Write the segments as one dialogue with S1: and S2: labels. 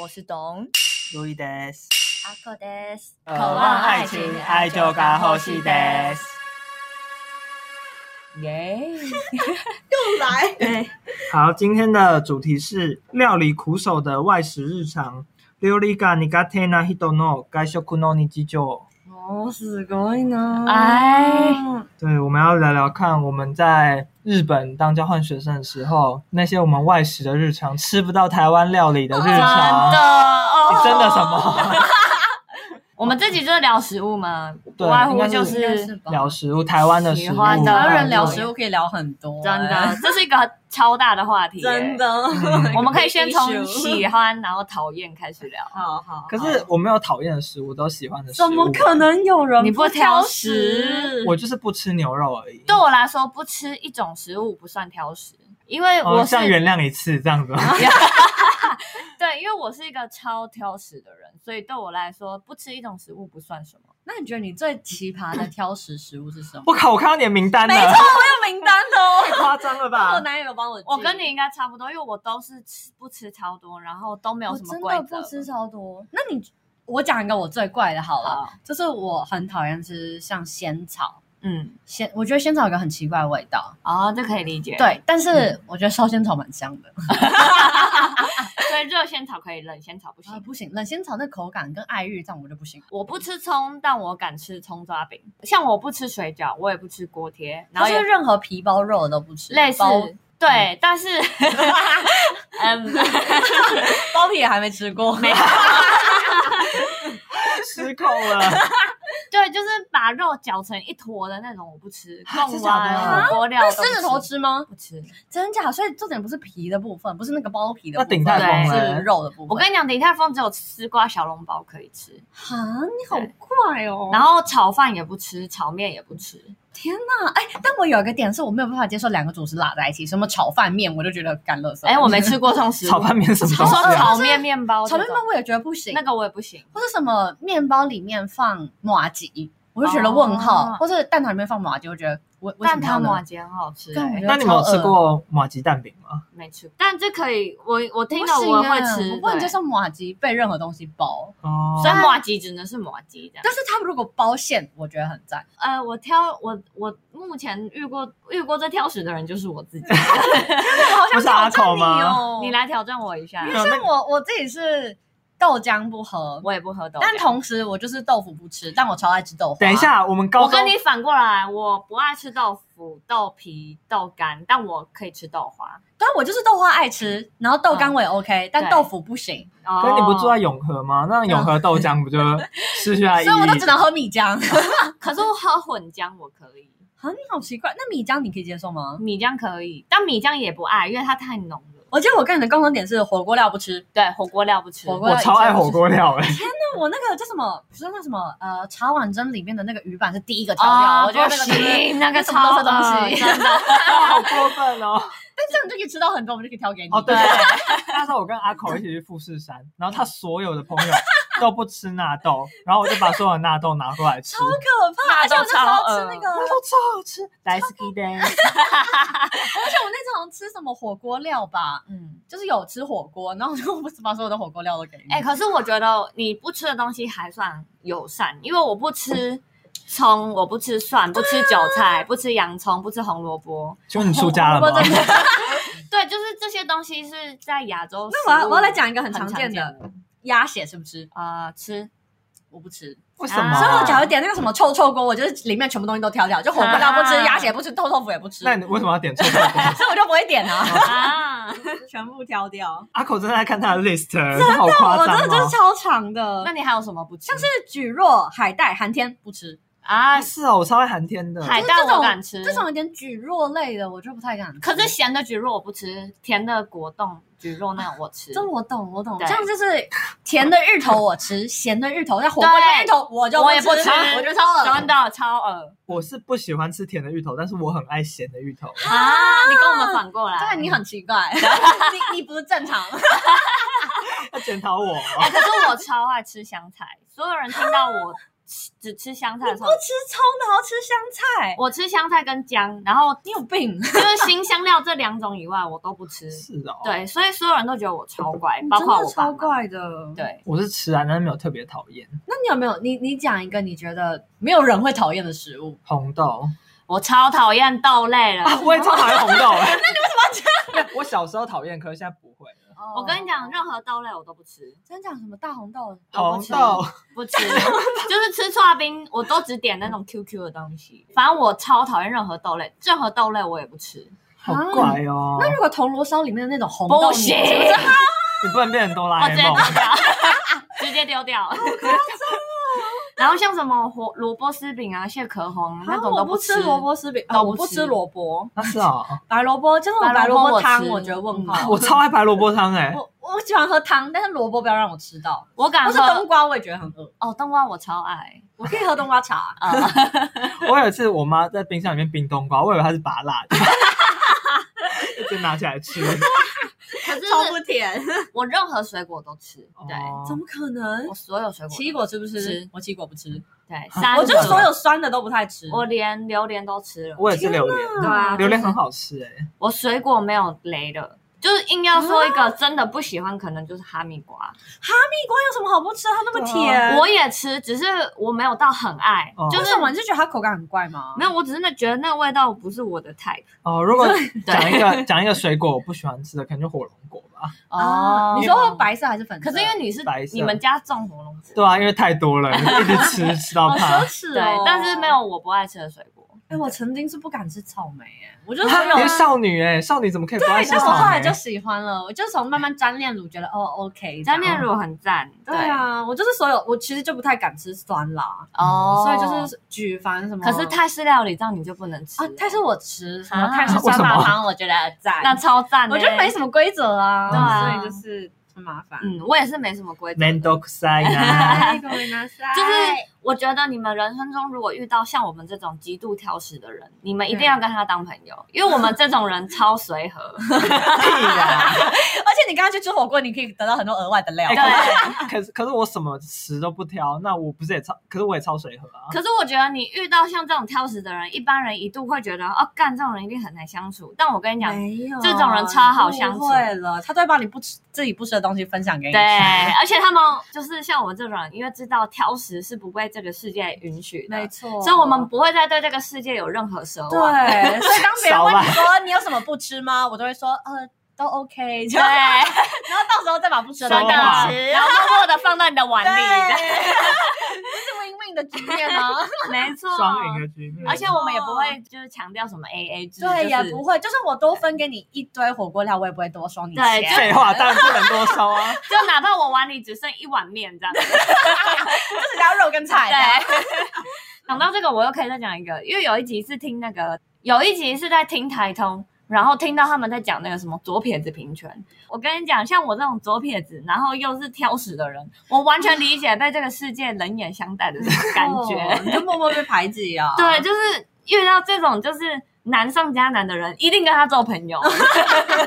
S1: 我是董
S2: 路易德斯，
S1: 阿克德斯，
S2: 渴望爱情，爱就该呼吸德斯。耶！
S3: 又来，
S1: 对，
S2: 好，今天的主题是料理苦手的外食日常。料理が苦手な人の外食の日常。
S3: 哦，すごいな。
S1: 哎，
S2: 对，我们要聊聊看我们在日本当交换学生的时候，那些我们外食的日常，吃不到台湾料理的日
S1: 真的
S2: 常。哎
S1: 哦，
S2: 你真的什？么？
S1: 我们这集就是聊食物嘛，不
S2: 对
S1: 外乎
S2: 应该
S1: 就是是
S2: 聊食物，台湾的
S1: 喜
S2: 食物，
S1: 欢的
S3: 台湾人
S1: 对
S3: 聊食物可以聊很多，哎
S1: 真的，这是一个超大的话题，
S3: 真。的
S2: 嗯。
S1: 我们可以先从
S3: issue
S1: 喜欢然后讨厌开始聊。
S3: 好好，
S2: 可
S3: 好
S2: 是我没有讨厌的食物，都喜欢的食物。
S3: 怎么可？能有人
S1: 你不挑
S3: 食？
S1: 食？
S2: 我就是不吃牛肉而已。
S1: 嗯对我来说，不吃一种食物不算挑食，因为
S2: 哦，
S1: 我是、
S2: 像原谅一次这样子吗。
S1: 对，因为我是一个超挑食的人，所以对我来说，不吃一种食物不算什么。
S3: 那你觉得你最奇葩的挑食食物是什么？
S2: 我靠！我看到你的名单了，
S3: 没错，我有名单的哦。
S2: 太夸张了
S3: 我
S2: 吧？
S3: 男友帮我记，
S1: 我跟你应该差不多，因为我都是吃不吃超多，然后都没有
S3: 我
S1: 什么
S3: 真
S1: 规
S3: 的
S1: 则。
S3: 不吃超多。那你我讲一个我最怪的好了，
S1: 好，
S3: 就是我很讨厌吃像仙草，
S1: 嗯，
S3: 仙我觉得仙草有个很奇怪的味道，
S1: 哦，这可以理解。，
S3: 对，但是
S2: 嗯
S3: 我觉得烧仙草蛮香的。
S1: 所以热仙草可以，冷仙草不行。
S3: 啊，不行，冷仙草那口感跟爱玉这样我就不行。
S1: 我不吃葱，但我敢吃葱抓饼。像我不吃水饺，我也不吃锅贴，
S3: 然
S1: 然后
S3: 后
S1: 也
S3: 是任何皮包肉的都不吃，
S1: 类似
S3: 包
S1: 对，但是嗯，
S3: 包皮也还没吃过， 没
S2: 失控 了。
S1: 对，就是把肉搅成一坨的那种，我不吃。
S2: 啊真
S1: 贡
S2: 的假的
S1: 丸、火锅料、
S3: 狮子头吃吗？
S1: 不吃。
S3: 真假？所以重点不是皮的部分，不是那个包皮的部
S2: 那
S3: 分，
S2: 鼎泰
S1: 丰
S2: 嘞
S3: 是肉的部分。
S1: 我跟你讲，鼎泰丰只有丝瓜小笼包可以吃，
S3: 哈，你好怪哦！
S1: 然后炒饭也不吃，炒面也不吃。
S3: 天哪，哎，但我有一个点是我没有办法接受两个主食拉在一起，什么炒饭面我就觉得干乐色。
S1: 哎，我没吃过这种食物。
S2: 炒饭面什么
S1: 我
S2: 东西
S1: 说
S2: 啊？
S1: 炒面、面包
S3: 炒
S1: 这种、
S3: 面包我也觉得不行，
S1: 那个我也不行。
S3: 或是什么面包里面放马吉，我就觉得问号，
S1: 哦
S3: 或是蛋挞里面放马吉，我觉得我
S1: 蛋挞
S3: 马
S1: 马吉很好吃、
S3: 干我觉
S1: 欸，
S3: 得
S2: 那你们有
S3: 超
S2: 吃
S3: 饿
S2: 过马吉蛋饼吗？
S1: 没吃过，但这可以，我我听了
S3: 不行
S1: 我会
S3: 啊
S1: 吃，
S3: 我不能
S1: 对
S3: 接受马吉被任何东西包。
S2: 哦
S1: 所以麻吉只能是麻吉这样。
S3: 但是他们如果包馅，我觉得很赞。
S1: 呃，我挑我我目前遇过遇过最挑食的人就是我自己，
S2: 不是阿口吗？
S3: 哦
S1: 你，来挑战我一下
S3: 因为
S2: 没。有那
S3: 像
S2: 个
S3: 我我自己是豆浆不喝，
S1: 我也不喝豆浆，
S3: 但同时我就是豆腐不吃，但我超爱吃豆花。
S2: 等一，下，我们高
S1: 我
S2: 中
S1: 跟你反过来，我不爱吃豆腐、豆皮、豆干，但我可以吃豆花。
S3: 对，啊我就是豆花爱吃，然后豆干我也 OK，但
S1: 对
S3: 豆腐不行，
S1: 哦
S2: 可是你不住在永和吗？那永和豆浆不就失去它
S3: 所
S2: 意
S3: 以我都只
S2: 义？
S3: 能喝米浆。
S1: 可是我喝混浆我可以，
S3: 啊，你好奇怪，那米浆你可以接受吗？
S1: 米浆可以，但米浆也不爱，因为它太浓了。
S3: 我记得我跟你的共同点是火锅料不吃，
S1: 对，火锅料不吃。
S3: 火锅
S2: 我超爱火锅料哎，
S3: 那我那个叫什么？不是那什么呃，茶碗蒸里面的那个鱼板是第一个调料，
S1: 啊，
S3: 我觉得
S1: 不
S3: 那个就是。
S1: 行，那个
S3: 什么
S1: 超
S3: 都是东
S1: 恶
S3: 西
S1: 真的。
S2: 哇好过分 哦！
S3: 但这样你就可以吃到很多，我们就可以挑给你。
S2: 哦对，那时候我跟阿口一起去富士山，然后他所有的朋友都不吃纳豆，然后我就把所有的纳豆拿过来吃，
S3: 好可怕！而且我那时候吃那个，
S2: 纳
S3: 而
S2: 豆超好吃，来斯基的。
S3: 且我那时候好像吃什么火锅料吧，
S1: 嗯，
S3: 就是有吃火锅，然后我就不是把所有的火锅料都给你。
S1: 哎、可是我觉得你不吃的东西还算友善，因为我不吃葱，我不吃蒜，不吃韭
S3: 啊
S1: 菜，不吃洋葱，不吃红萝卜。
S2: 请问你出家了
S3: 我
S2: 吗
S3: 真？ 的
S1: 对，就是这些东西是在亚洲食物。
S3: 那啊我要我要来讲一个很
S1: 很
S3: 常
S1: 常
S3: 见
S1: 见
S3: 的鸭血，是不是？
S1: 啊、吃
S3: 我不吃，
S2: 为什么？
S1: 啊
S3: 所以我假如点那个什么臭臭锅，我就是里面全部东西都挑掉，就火锅料不吃，
S1: 啊
S3: 鸭血不吃，臭豆腐也不吃，
S2: 那
S3: 所
S2: 你为什么要点臭豆腐？
S3: 以我就不会点 啊，
S1: 啊。
S3: 全部挑掉。
S2: 阿口正在看他的 list，这好夸
S3: 我
S2: 张
S3: 真的就
S2: 哦
S3: 是！超长的，
S1: 那你还有什么不吃？像是
S3: 是蒟蒻、海带、寒天不吃，
S1: 啊
S2: 啊，，是哦，我超爱寒天的。
S1: 海
S3: 就是
S1: 带
S3: 这种
S1: 我敢吃，
S3: 这种有点蒟蒻类的我就不太敢吃。
S1: 嗯可是咸的橘肉我不吃，甜的果冻橘肉那种我吃。
S3: 这我懂，我懂，
S1: 对
S3: 这样就是甜的芋头我 吃，咸的芋头，但火锅里面芋头我就
S1: 我也不吃
S3: 吃，我觉得超恶
S1: 真
S3: 心。
S1: 的超恶
S2: 我是不喜欢吃甜的芋头，但是我很爱咸的芋头。
S1: 啊！你跟我们反过来，
S3: 对你很奇 怪，你你不是正常。
S2: 要检讨我哦，
S1: 哎、可是我超爱吃香菜，所有人听到我吃只吃香菜
S3: 你
S1: 的时
S3: 不
S1: 候，
S3: 吃葱的，然后吃香菜，
S1: 我吃香菜跟姜，然后
S3: 你有病！
S1: 就是新香料这两种以外，我都不吃。
S2: 是哦，，
S1: 对，所以所有人都觉得我超乖，包
S3: 真
S1: 括我
S3: 的
S1: 爸
S3: 超
S1: 妈。
S3: 怪的。，
S1: 对，
S2: 我是吃啊，但是没有特别讨厌
S3: 那你有没有你你讲一个你觉得没有人会讨厌的食物？
S2: 红豆
S1: 我超讨厌豆类了。
S2: 啊，
S3: 哦
S2: 我也超讨厌红豆。那你为什么 这样？我小时候讨厌，可是现在不会了。
S1: 我跟你讲，，任何豆类我都不吃，
S3: 哦真讲什么大红豆，
S1: 都不
S2: 红
S1: 吃
S2: 豆，
S1: 不吃， 就是吃刨冰，我都只点那种 QQ 的东西。反正我超讨厌任何豆类，任何豆类我也不吃。
S2: 好怪哦，
S3: 那如果铜锣烧里面的那种红豆，
S1: 不行
S3: 你 觉得
S2: 你不能变成哆
S1: 我
S2: 啦
S1: 哦直
S2: A
S1: 接丢
S2: 梦。
S1: 掉，直接丢掉。哦 然后像什么胡萝卜丝饼啊、蟹壳红啊那种
S3: 我
S1: 都
S3: 不
S1: 吃
S3: 吃。萝卜丝饼，
S1: 都
S3: 啊
S1: 哦不
S3: 我不
S1: 吃
S3: 吃萝卜，
S2: 那是哦，
S3: 白萝卜就是
S1: 白
S3: 白
S1: 萝卜
S3: 萝卜
S1: 我
S3: 汤，
S1: 吃嗯
S3: 我觉得问号。
S2: 我超爱白萝卜汤哎，
S3: 我我喜欢喝汤，但是萝卜不要让我吃到，
S1: 我敢
S3: 或是
S1: 喝
S3: 冬瓜我也觉得很饿，
S1: 哦，冬瓜我超爱
S3: 我可以喝冬瓜茶。
S1: 啊，
S2: 我有一次我妈在冰箱里面冰冬瓜，我以为它是拔辣的， 一直拿起来吃。
S1: 可是
S3: 超不 甜，
S1: 我任何水果都吃，对，
S2: 哦
S3: 怎么可能
S1: 我？所有水果
S3: 奇异果吃不吃？
S1: 吃
S3: 我奇异果不吃，
S1: 对，三
S3: 我
S1: 种
S3: 就所有酸的都不太吃。
S1: 我连榴莲都吃了，
S2: 我也是榴莲，
S1: 对啊，
S2: 榴莲
S1: 就是
S2: 很好吃哎。
S1: 我水果没有雷的，就是硬要说一个真的不喜欢，可能就是哈密瓜，
S3: 地瓜有什么好不吃？它那么
S2: 对啊
S3: 甜，
S1: 我也吃，只是我没有到很爱
S2: 哦，
S1: 就
S3: 为
S1: 是
S3: 什么你是觉得它口感很怪吗？
S1: 没有，我只是那觉得那个味道不是我的 type。
S2: 哦，如果讲一
S1: 对，
S2: 个讲一个水果我不喜欢吃的，可能就火龙果吧。
S1: 哦
S3: 啊，你说白色还是粉色？
S1: 可是因为你是
S2: 白色
S1: 你们家种火龙果，
S2: 对啊，因为太多了，一直吃吃到
S3: 好
S2: 怕
S3: 奢。侈
S1: 对
S3: 哦，，
S1: 但是没。有我不爱吃的水果，
S3: 哎，我曾经是不敢吃草莓，哎，我就是没有
S2: 你是少女哎，少女欸怎么可以不爱
S3: 对，
S2: 吃
S3: 但我后
S2: 草
S3: 来
S2: 莓
S3: 就？喜欢了，我就从慢慢沾炼乳，觉得哦，OK，
S1: 沾面乳很赞，
S3: 这样。对，啊，我就是所有，我其实就不太敢吃酸辣，
S1: 哦，
S3: 所以就是举凡什么，
S1: 可是泰式料理这样你就不能吃
S3: 啊，泰式我吃什么
S1: 啊
S3: 泰式酸辣汤，我觉得赞，
S1: 那超赞的，
S3: 我觉得没什么规则啊，
S2: 对
S1: 啊
S3: 所以就是很麻烦。
S1: 嗯，我也是没什么规则的。
S2: n d o s a
S3: 哎ごめんなさい
S1: 就是我觉得你们人生中如果遇到像我们这种极度挑食的人，你们一定要跟他当朋友，因为我们这种人超随 和。
S3: 而且你刚刚去吃火锅，你可以得到很多额外的料
S2: 哎。
S1: 对
S2: 可是可是我什么食都不挑，那我不是也超，可是我也超随和啊。
S1: 可是我觉得你遇到像这种挑食的人，一般人一度会觉得哦，干这种人一定很难相处。但我跟你讲，
S3: 没有
S1: 这种人超好相处
S3: 不会了，他都会把你不吃自己不吃的东西分享给 你。
S1: 对，而且他们就是像我们这种人，因为知道挑食是不被这个世界允许的
S3: 没，错。
S1: 所以我们不会再对这个世界有任何奢
S3: 对，
S1: 望。
S3: 所以当别人
S2: 少
S3: 问
S2: 吧
S3: 你说你有什么不吃吗，我都会说呃都 OK，
S1: 对
S3: 然，后然后到时候再把不吃的
S1: 真
S3: 东
S1: 的，
S3: 西
S2: 少吧
S3: 吃。
S1: 然后默默的放到你的碗
S3: 对，
S1: 里。
S3: 这是 win win 的局面 呢。
S1: 没
S3: 哦
S1: 错，
S2: 双赢的局面，
S1: 而且我们也不会就是强调什么 AA 制，
S3: 对，
S1: 就
S3: 也
S1: 是
S3: 不会，就是我多分给你一堆火锅料，我也不会多收你钱。
S1: 对就
S2: 废话，当然不能多收啊。
S1: 就哪怕我碗里只剩一碗面这样。
S3: 就是只要肉跟菜。
S1: 对， 讲到这个，我又可以再讲一个，因为有一集是听那个，有一集是在听台通。然后听到他们在讲那个什么左撇子平权，我跟你讲，像我这种左撇子，然后又是挑食的人，我完全理解被这个世界冷眼相待的 这种感觉。。
S3: 哦你就默默被排挤啊
S1: 对，就是遇到这种就是难上加难的人，一定跟他做 朋友。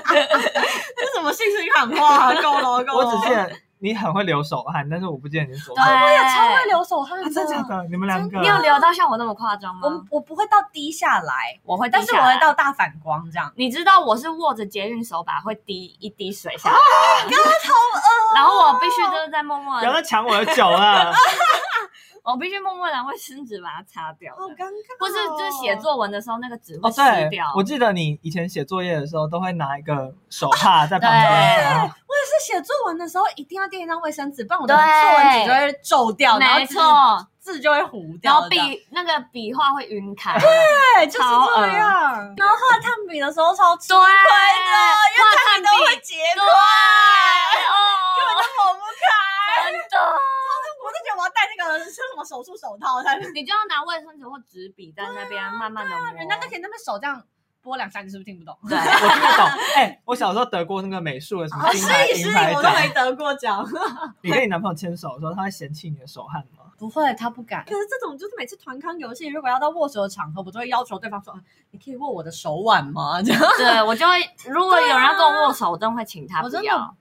S3: 这什么信心喊话？够了，够
S2: 我只记得你很会流手汗，但是我不记得你是左
S1: 哦对，啊
S2: 手。啊，
S3: 超会流手汗的，
S2: 真的假的？你们两个
S1: 你有流到像我那么夸张吗？
S3: 我我不会到低下来，
S1: 我会，
S3: 但是我会。到大反光这样。
S1: 你知道我是握着捷运手把会滴一滴水下来，呃然后我必须就是在默默
S2: 不要
S1: 地，
S2: 再抢我的酒 了。
S1: 我必须默默的会伸纸把它擦掉的，
S3: 尴尬哦
S1: 或是就是写作文的时候那个纸会
S2: 哦，
S1: 湿
S2: 对
S1: 掉，。
S2: 我记得你以前写作业的时候都会拿一个手帕在旁边，
S1: 对
S2: 然后
S3: 我也是写作文的时候一定要垫一张卫生纸，不然我的
S1: 啊对
S3: 作文纸就会皱掉，然后
S1: 没
S3: 字
S1: 错，
S3: 字就会糊
S1: 然
S3: 掉
S1: 后
S3: 的。
S1: 笔那个笔画会晕 开，
S3: 对，就是
S1: 超恶
S3: 这样。然后后来烫笔的时候超吃
S1: 对，啊
S3: 亏的，因为
S1: 画
S3: 烫
S1: 看
S3: 笔都会
S1: 笔，
S3: 结
S1: 对，
S3: 块，根本
S1: 哦，
S3: 就抹不开。
S1: 真的，
S3: 我都觉得我要戴那个是什么手 术手套才能。
S1: 你就要拿卫生纸或纸笔在那边慢慢的
S3: 人家都
S1: 抹，
S3: 可以那边手这样播两下，你是不是听不懂？
S1: 对，
S2: 我听得懂。哎、我小时候得过那个美术的什么
S1: 哦，
S2: 金
S1: 失
S2: 牌、
S1: 礼
S2: 银
S1: 失
S2: 牌
S1: 礼，我都
S2: 奖。
S1: 没得过奖。可
S2: 你跟你男朋友牵手的时候，他会嫌弃你的手汗吗？
S3: 不会，他不敢。
S1: 是这种就是
S3: 每次团康游戏，如果要到握手的场合，我都会要求对方说：“啊你可以握我的手腕吗？” 这样
S1: 对我就会，如果有人要跟我握手，我真的会请他
S3: 我
S1: 不
S3: 真的
S1: 要。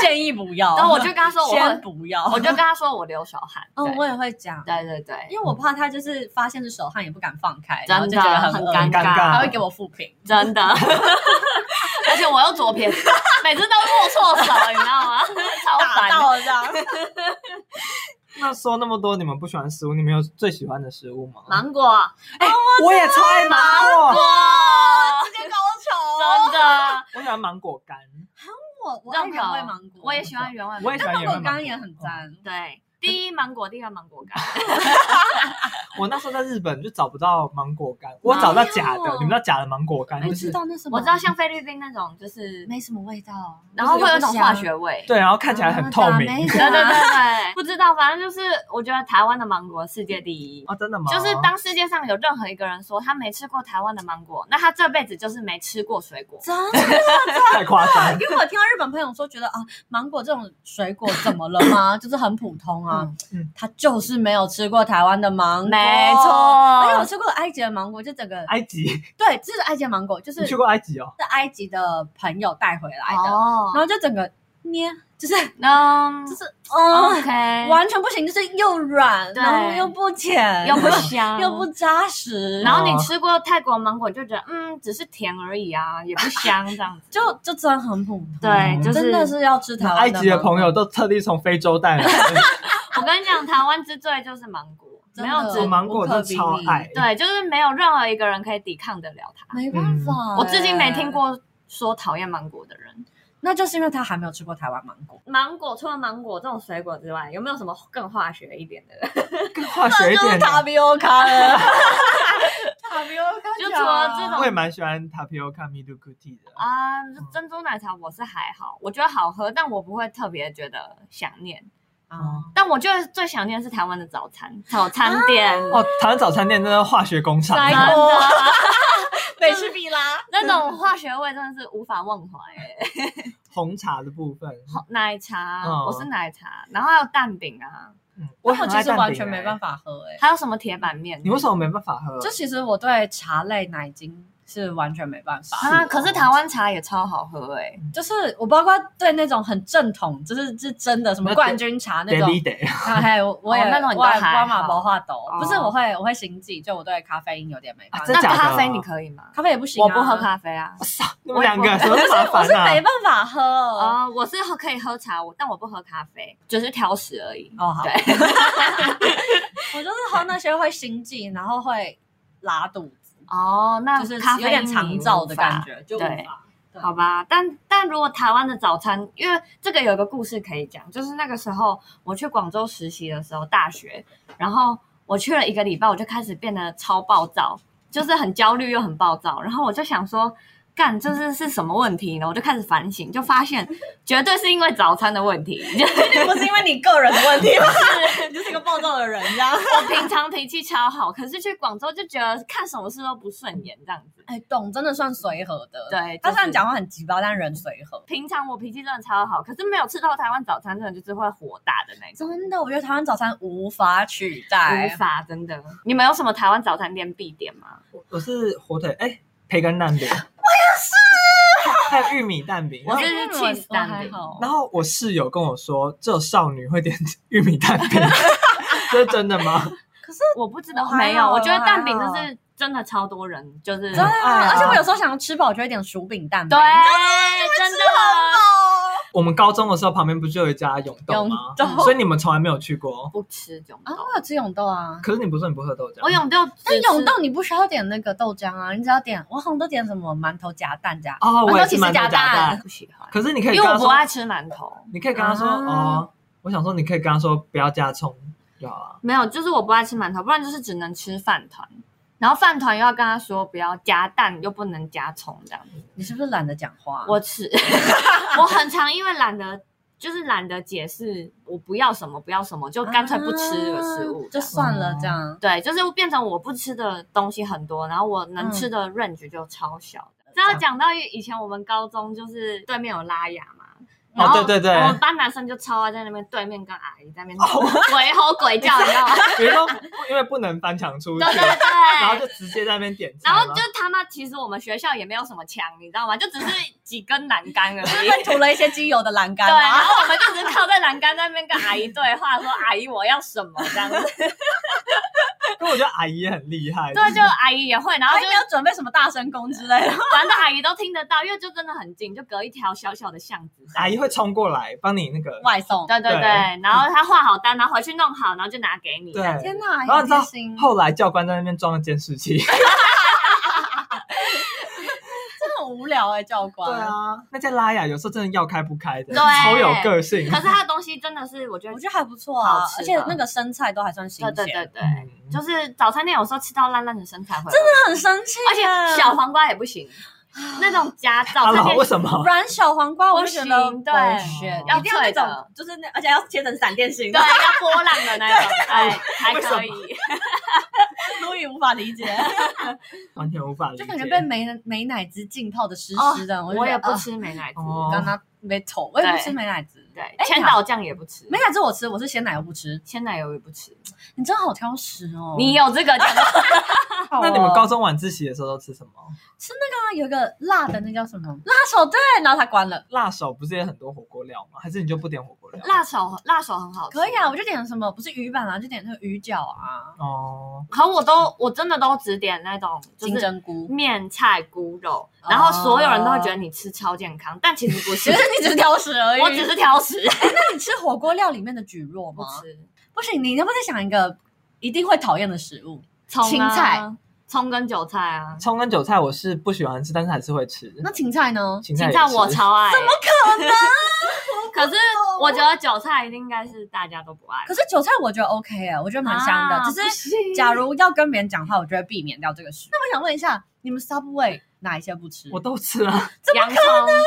S3: 建议不要。
S1: 然后我就跟他说我
S3: 先
S1: 会，
S3: 不要。
S1: 我就跟他说我流手汗。
S3: 嗯，
S1: 对
S3: 我也会讲，
S1: 对对对，
S3: 因为我怕他就是发现是手汗也不敢放开，然后就
S1: 真的
S3: 觉得很恶
S1: 尴
S2: 尴尬
S3: 他会给我负评。
S1: 真的。 而且我又左撇子，每次都握错手，你知道吗？ 超
S3: 打
S1: 烦的。
S3: 到哦这样，
S2: 那说那么多，你们不喜欢食物，你们有最喜欢的食物吗？
S1: 芒果，
S2: 我也超爱芒果，
S1: 哇，
S3: 直接高
S1: 真的，
S2: 我喜欢芒果干，
S3: 我我爱
S1: 那个
S3: 原味芒果，
S1: 我也喜欢原味。嗯
S2: 我也喜
S3: 但芒
S2: 欢原味
S3: 果
S2: 芒果
S3: 干也很赞。
S1: 对，第一芒果，第二芒果干。
S2: 我那时候在日本就找不到芒果干，我找到假
S1: 哪
S2: 的，
S1: 有
S2: 你们知道假的芒果干
S3: 你
S2: 就
S3: 知
S2: 是
S3: 道那什么？
S1: 我知道像菲律宾那种就是，
S3: 没什么味道，
S1: 然后会有一种化
S3: 味，
S1: 学味。
S2: 对，然后看起来很透明。
S3: 啊
S1: 对对对对，不知道，反正就是我觉得台湾的芒果世界第一。
S2: 啊，真的吗？
S3: 哦
S1: 就是当世界上有任何一个人说他没吃过台湾的芒果，那他这辈子就是没吃过水果。
S3: 真的。
S2: 哎太夸张，
S3: 因为我听到日本朋友说，觉得啊，芒果这种水果怎么了吗？ 就是很普通啊。
S2: 嗯嗯
S3: 他就是没有吃过台湾的芒果，
S1: 没错
S3: 而且我吃过埃及的芒果，就整个
S2: 埃及，
S3: 对，就是埃及的芒果， 就是
S2: 你去
S3: 是
S2: 过埃及哦？
S3: 埃及的朋友带回来的，
S1: 哦
S3: 然，后就整个捏，就是
S1: 嗯
S3: 就是哦，
S1: ，OK，
S3: 完全不行，就是又软，
S1: 对
S3: 然后又不甜，
S1: 又不 香，
S3: 又不。哦扎实，
S1: 然后你吃过泰国芒果，就觉得嗯，只是甜而已啊，也不香这样子。
S3: 就就真的很普通，
S1: 对，就是
S3: 真的是要吃台湾
S2: 埃及的
S3: 芒果
S2: 朋友都特地从非洲带来，
S1: 我跟你讲，台湾之最就是芒果，
S3: 啊真
S1: 没
S3: 的哦
S1: 有之
S2: 我芒果就超爱。
S1: 对，就是没有任何一个人可以抵抗得了它。
S3: 没办法、
S1: 嗯我至今没听，过说讨厌芒果的人。
S3: 那就是因为他还没有吃过台湾芒果，
S1: 芒果除了芒果这种水果之外，有没有什么更化学一点的？
S2: 更化学一 点的，
S3: 皮欧卡了。 塔皮欧卡
S1: 就除了这种
S2: 我也蛮喜欢 tapioca m i d u k u t i 的。
S1: 啊、
S3: 嗯
S1: 珍珠奶茶我是还好，我觉得好喝，但我不会特别觉得想念。
S3: 啊，
S1: 但我觉得最想念是台湾的早餐，早餐店。
S2: 哦，台湾早餐店真的化学工厂，啊
S3: 塞
S1: 真的，
S3: 美式必拉，
S1: 那种化学味真的是无法忘怀、欸。
S2: 红茶的部分，
S1: 奶茶，
S2: 嗯
S1: 我是奶茶，然后还有蛋饼啊，
S2: 嗯，
S3: 我
S2: 很
S3: 其
S2: 爱
S3: 实
S2: 蛋
S3: 完
S2: 饼
S3: 全
S2: 欸
S3: 没办。法喝诶、
S1: 还有什么铁板面？
S2: 你为什么没办法喝？
S3: 就其实我对茶类奶精是完全没办法，
S1: 啊？可是台湾茶也超好喝哎、
S3: 就是我包括对那种很正统，就是是真的什么
S2: 那
S3: 冠军茶那
S2: d a
S3: 种
S2: i，得，
S3: 啊还有我也
S1: 哦那种你都
S3: 我也
S1: 还好
S3: 我马不化抖，不是
S1: 哦
S3: 我会我会心悸，就我对咖啡因有点没办法
S2: 啊真
S1: 那，
S2: 假的
S1: 咖啡你可以吗？
S3: 咖啡也不行、啊，
S1: 我不喝咖啡啊。
S2: 你们两个什么
S3: 可是
S2: 麻
S3: 我
S2: 烦
S3: 是没
S2: 啊？
S3: 办法喝哦。
S1: 啊、我是喝可以喝茶，我但我不喝咖啡，只是挑食而已。
S3: 哦好，
S1: 对，
S3: 我就是喝那些会心悸，然后会拉肚子，
S1: 哦，那
S3: 就是
S1: 咖
S3: 有
S1: 啡
S3: 点
S1: 因
S3: 肠
S1: 你
S3: 燥
S1: 无
S3: 的
S1: 法
S3: 感。觉，就无
S1: 对
S3: 法。对
S1: 好吧，但但如果台湾的早餐，因为这个有个故事可以讲，就是那个时候我去广州实习的时候，大学，然后我去了一个礼拜，我就开始变得超暴躁，就是很焦虑又很暴躁，然后我就想说。干，这是是什么问题呢？我就开始反省，就发现绝对是因为早餐的问题。
S3: 这 不是因为你个人的问 题吗？你就是一个暴躁的人，这样。
S1: 我平常脾气超好，可是去广州就觉得看什么事都不顺眼这样子。
S3: 哎，懂，真的算随和的。
S1: 对就是
S3: 他虽然讲话很急吧，但人随和。
S1: 平常我脾气真的超好，可是没有吃到台湾早餐，真的就是会火大的那种，
S3: 真的，我觉得台湾早餐无法取代
S1: 无。法真的。你们有什么台湾早餐店必点吗？
S2: 我是火腿，哎，培根蛋饼，我也是，还有玉米蛋饼。然
S1: 我
S2: 后
S1: 是
S3: 哎我
S1: cheese
S3: 我
S1: 蛋
S3: 还
S1: 饼
S3: 好
S2: 然后我室友跟我说，只有少女会点玉米蛋饼，这是真的吗？
S1: 我不知道，
S3: 我还好
S1: 没有。我觉得蛋饼
S3: 我还好
S1: 就是真的超多人，就是
S3: 真的，
S2: 哎呀
S3: 啊而且我有时候想要吃饱，就会点薯饼蛋饼。
S1: 对，真的
S2: 我们高中的时候旁边不就有一家永豆吗
S3: 永？豆
S2: 所以你们从来没有去过。
S1: 不吃永
S3: 啊，
S1: 豆。
S3: 我有吃永豆啊。
S2: 可是你不是说你不喝豆浆？
S1: 我永豆只吃，
S3: 但永豆你不需要点那个豆浆啊，你只要点我好像都点什么馒头夹蛋夹，
S2: 哦，我也是馒头夹
S3: 馒头夹
S2: 蛋
S3: 蛋。
S1: 不喜欢，
S2: 可是你可以
S1: 因
S2: 跟
S1: 为
S2: 他
S1: 我不
S2: 说，
S1: 爱吃馒头。
S2: 你可以跟他说、
S3: 啊
S2: 哦，我想说你可以跟他说不要加葱就好了。
S1: 没有，就是我不爱吃馒头，不然就是只能吃饭团。然后饭团又要跟他说不要加蛋，又不能加葱这样子。
S2: 啊
S3: 你是不是懒得讲话？
S1: 我吃，我很常因为懒得就是懒得解释我不要什么不要什么，就干脆不吃的食物
S3: 啊
S1: 这
S3: 就
S1: 样。哦
S3: 算了这样。
S1: 对，就是变成我不吃的东西很多，然后我能
S2: 嗯
S1: 吃的 range 就超小的。这要讲到以前我们高中就是对面有拉雅嘛。然后
S2: 哦对对对哦
S1: 我们班男生就超爱在那边对面跟阿姨在那边鬼吼鬼叫，你知 道吗？
S2: 因为因为不能翻墙出去，
S1: 对对对，
S2: 然后就直接在那边点餐吗，
S1: 然后就他妈，其实我们学校也没有什么墙，你知道吗？就只是几根栏 杆而已。
S3: 被涂了一些精油的栏杆啊
S1: 对，啊然
S3: 吗？
S1: 后我们就只是靠在栏杆那边跟阿姨对话，说阿姨我要什么这样子。
S2: 可我觉得阿姨也很厉害，
S1: 对，就啊阿姨也会，然后
S3: 还
S1: 就
S3: 没有准备什么大声公之类的。
S1: 反正阿姨都听得到，因为就真的很近，就隔一条小小的巷子。
S2: 阿姨会冲过来帮你那个，
S3: 外送。
S1: 对对对，
S2: 对
S1: 然后她画好单，然后回去弄好，然后就拿给你。
S2: 对，
S1: 这样
S3: 天哪，
S2: 然后
S3: 好
S2: 你知道
S3: 贴心！
S2: 后来教官在那边装了监视器，
S3: 真的很无聊哎，教官。
S2: 对，啊， 那在拉雅有时候真的要开不开的，
S1: 对
S2: 超有个性，
S1: 可是她的东西真的是，我觉得
S3: 我觉得还不错啊
S1: 好，吃的
S3: 而且那个生菜都还算新
S1: 对
S3: 鲜。
S1: 对对对，
S2: 嗯
S1: 就是早餐店有时候吃到烂烂的生菜会，
S3: 真的很生气
S1: 而
S3: 耶，
S1: 且小黄瓜也不行，那种加
S2: 阿
S1: 早餐
S2: 老
S1: 店
S2: 为什么？
S3: 软小黄瓜，我就觉得
S1: 不行对
S3: bullshit，
S1: 要
S3: 一定要那
S1: 脆的
S3: 种，就是那而且要切成闪电型的，
S1: 对，要波浪的那种，哎，还
S2: 为什么
S1: 可以。
S3: 路易无法理解，
S2: 完全无法理解，
S3: 就感觉被美美乃滋浸泡的湿湿的，就觉
S1: 我
S3: 得
S1: 也不
S3: 啊
S1: 吃美乃滋，
S2: 哦
S3: 刚刚没头，我也不
S1: 对
S3: 吃美乃滋，
S1: 对，
S3: 哎
S1: 千岛酱也不吃，
S3: 美乃滋我吃，我是鲜奶油不吃。
S1: 鲜奶油也不吃。
S3: 你真的好挑食哦！
S1: 你有这个讲吗？
S3: 好哦
S2: 那你们高中晚自习的时候都吃什么？
S3: 吃那个啊有一个辣的，那叫什么辣手对，然后它关了。
S2: 辣手不是也很多火锅料吗？还是你就不点火锅料？
S1: 辣手辣手很好吃，
S3: 可以啊，我就点什么，不是鱼板啊，就点那个鱼饺啊，
S2: 哦，
S1: 可我都我真的都只点那种就
S3: 金
S1: 是嗯
S3: 针菇。
S1: 面菜菇肉，
S3: 哦
S1: 然后所有人都会觉得你吃超健康，但其实不
S3: 其
S1: 是
S3: 实，你只是挑食而已。
S1: 我只是挑食，
S3: 那你吃火锅料里面的蒟蒻
S1: 不
S3: 吗？
S1: 吃
S3: 不行，你能不能想一个一定会讨厌的食物？
S1: 葱啊
S3: 芹菜、
S1: 葱跟韭菜啊，
S2: 葱跟韭菜我是不喜欢吃，但是还是会吃。
S3: 那芹菜呢？
S2: 芹
S1: 芹
S2: 也
S1: 菜
S2: 吃
S1: 我超爱，怎么 可能？可是我觉得韭菜应该是大家都不爱吧，
S3: 可是韭菜我觉得 OK 啊，我觉得蛮香的。
S1: 啊
S3: 只
S1: 不
S3: 是
S1: 行
S3: 假如要跟别人讲话，我就会避免掉这个事。那我想问一下，你们 Subway 哪一些不吃？
S2: 我都吃啊，
S1: 洋葱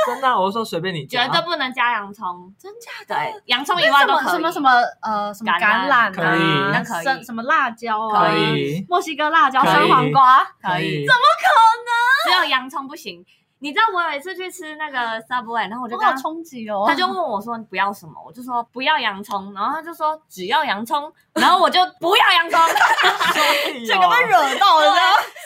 S2: 真的啊，我说随便你啊
S1: 绝
S2: 加。
S1: 对不能加洋葱，
S3: 真假的？
S1: 对，洋葱以
S3: 为
S1: 外
S3: 什
S1: 都
S3: 么
S1: 可以。
S3: 什么什么呃什么
S1: 橄
S3: 橄
S1: 榄
S3: 榄
S2: 可以
S3: 啊，
S1: 那可以
S3: 生什么辣椒啊，
S2: 可以
S3: 墨西哥辣椒、
S2: 可以
S3: 生黄瓜，
S1: 可以，
S2: 怎么
S1: 只有洋葱不行。你知道我有一次去吃那个 Subway，然后我就
S3: 我
S1: 跟
S3: 好
S1: 他，
S3: 冲击哦。
S1: 他就问我说你不要什么，我就说不要洋葱，然后他就说只要洋葱，然后我就不要 洋葱，
S3: 整个
S2: 哦
S3: 被惹到了，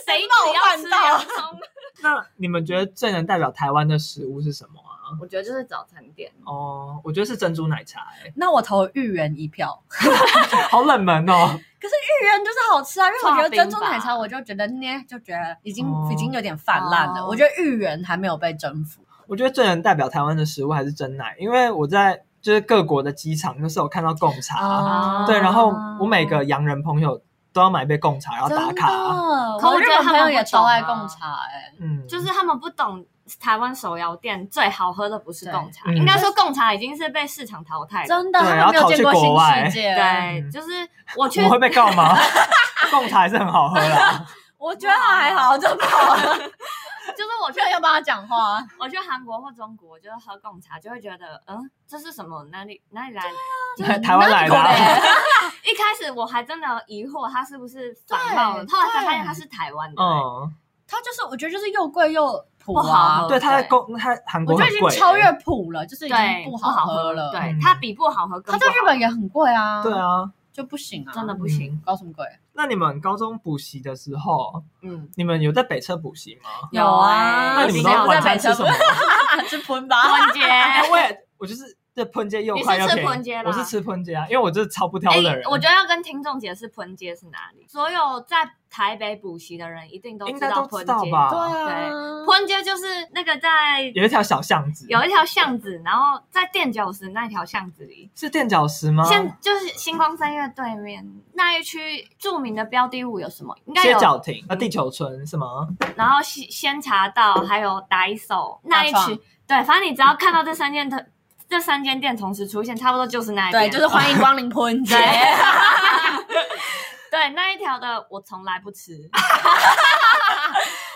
S1: 谁只要吃
S3: 冒
S1: 洋
S3: 犯
S1: 葱？
S2: 那你们觉得最能代表台湾的食物是什么啊？
S1: 我觉得就是早餐店，
S2: 哦，我觉得是珍珠奶茶、欸
S3: 那我投芋圆一票。
S2: 哎，好冷门哦。
S3: 芋圆就是好吃啊，因为我觉得珍珠奶茶，
S1: 刨冰吧
S3: 我就觉得呢，就觉得已经、
S2: 哦
S3: 已经有点泛滥了。
S1: 哦
S3: 我觉得芋圆还没有被征服。
S2: 我觉得最能代表台湾的食物还是真奶，因为我在就是各国的机场，就是有看到贡
S3: 啊
S2: 茶，
S1: 哦
S2: 对，然后我每个洋人朋友都要买一杯贡茶，然后
S3: 真
S2: 打
S3: 的，哦
S2: 卡。
S1: 可
S3: 我
S1: 我
S3: 日
S1: 觉得
S3: 本朋
S1: 他们
S3: 友也
S1: 不
S3: 超
S1: 懂
S3: 爱
S1: 啊
S3: 贡茶哎、
S2: 嗯，
S1: 就是他们不懂台湾手摇店最好喝的不是贡茶，
S2: 对
S1: 应该说贡茶已经是被市场淘汰了。
S3: 真的，
S2: 对
S3: 他们没有见过
S2: 然后跑去国
S3: 新
S2: 外
S3: 世界。
S1: 对，
S2: 嗯
S1: 就是我去
S2: 我会被告吗？贡茶还是很好喝啊啦。
S3: 我觉得还好，就 跑了。
S1: 就是我去
S3: 没有要帮他讲话，
S1: 我去韩国或中国，就是喝贡茶，就会觉得，嗯，这是什么？哪里哪里来？
S2: 台湾来的啊、
S3: 哪里过
S1: 一开始我还真的疑惑它是不是仿冒的，
S3: 对
S1: 后来才发现它是台湾的、
S2: 嗯，
S3: 它就是我觉得就是又贵又普
S1: 不好
S3: 啊
S1: 喝，
S2: 对，它在
S1: 对
S2: 贡，它韩
S3: 我
S2: 国
S3: 觉
S2: 很
S3: 得已经
S2: 贵、欸
S3: 超越普了，就是已
S1: 对，
S3: 经不
S1: 好
S3: 好喝了。
S1: 对
S2: 嗯，
S1: 它比不好喝更
S3: 它
S1: 不
S3: 在
S1: 好喝。
S3: 日本也很贵啊，
S2: 对，啊，嗯
S3: 就不行啊，
S1: 真的不行，
S3: 高什么贵？
S2: 那你们高中补习的时候，
S1: 嗯，
S2: 你们有在北车补习吗？
S1: 有欸
S2: 那你
S3: 今
S2: 们
S3: 天
S2: 都
S3: 啊我
S2: 晚
S3: 在北
S2: 餐
S3: 车
S2: 吃什 么？
S3: 吃喷吧。
S1: 坤姐，
S2: 哎，我也，我就是这喷街又快又
S1: 你是吃
S2: 便
S1: 喷街
S2: 宜，
S1: 吧
S2: 我是吃喷街啊，因为我就是超不挑
S1: 哎、
S2: 的人。
S1: 我觉得要跟听众解释盆街是哪里。所有在台北补习的人一定都
S2: 应
S1: 知
S2: 该都
S1: 道
S2: 知
S1: 盆
S2: 道
S1: 街，
S2: 吧
S3: 啊，
S1: 盆街就是那个在
S2: 有一条小巷子，
S1: 有一条巷子，然后在垫脚石那条巷子里，
S2: 是垫脚石吗？
S1: 现就是星光三月对面那一区著名的标的物有什么？应该
S2: 歇
S1: 有，
S2: 脚亭，呃那地球村是吗？
S1: 然后仙仙茶道，还有打手那一
S3: 大
S1: 区
S3: 创。
S1: 对，反正你只要看到这三间的这三间店同时出现，差不多就是那一
S3: 对，
S1: 边。
S3: 就是欢迎光临喷姐。
S1: 对那一条的，我从来不吃。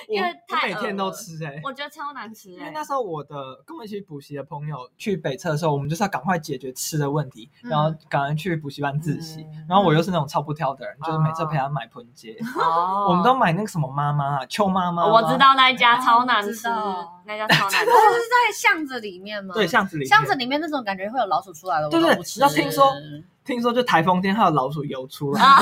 S1: 因为
S2: 我
S1: 太
S2: 每天
S1: 饿
S2: 都
S1: 了
S2: 吃哎、
S1: 我觉得超难吃
S2: 因
S1: 哎、
S2: 为那时候我的跟我一起补习的朋友去北侧的时候，我们就是要赶快解决吃的问题，
S3: 嗯
S2: 然后赶快去补习班自习。
S1: 嗯
S2: 然后我又是那种超不挑的人，就是每次
S1: 哦
S2: 陪他买盆节，
S1: 哦
S2: 我们都买那个什么妈妈啊，邱妈妈，
S1: 我知。道那一家超难
S3: 哦我知
S1: 吃
S3: 道，
S1: 那家 超难吃。
S3: 它是在巷子里面吗？
S2: 对，巷子里面
S3: 巷子里面那种感觉会有老鼠出来的，
S2: 对对
S3: 我都不吃
S2: 要听说听说就台风天还有老鼠游出来，
S1: 啊，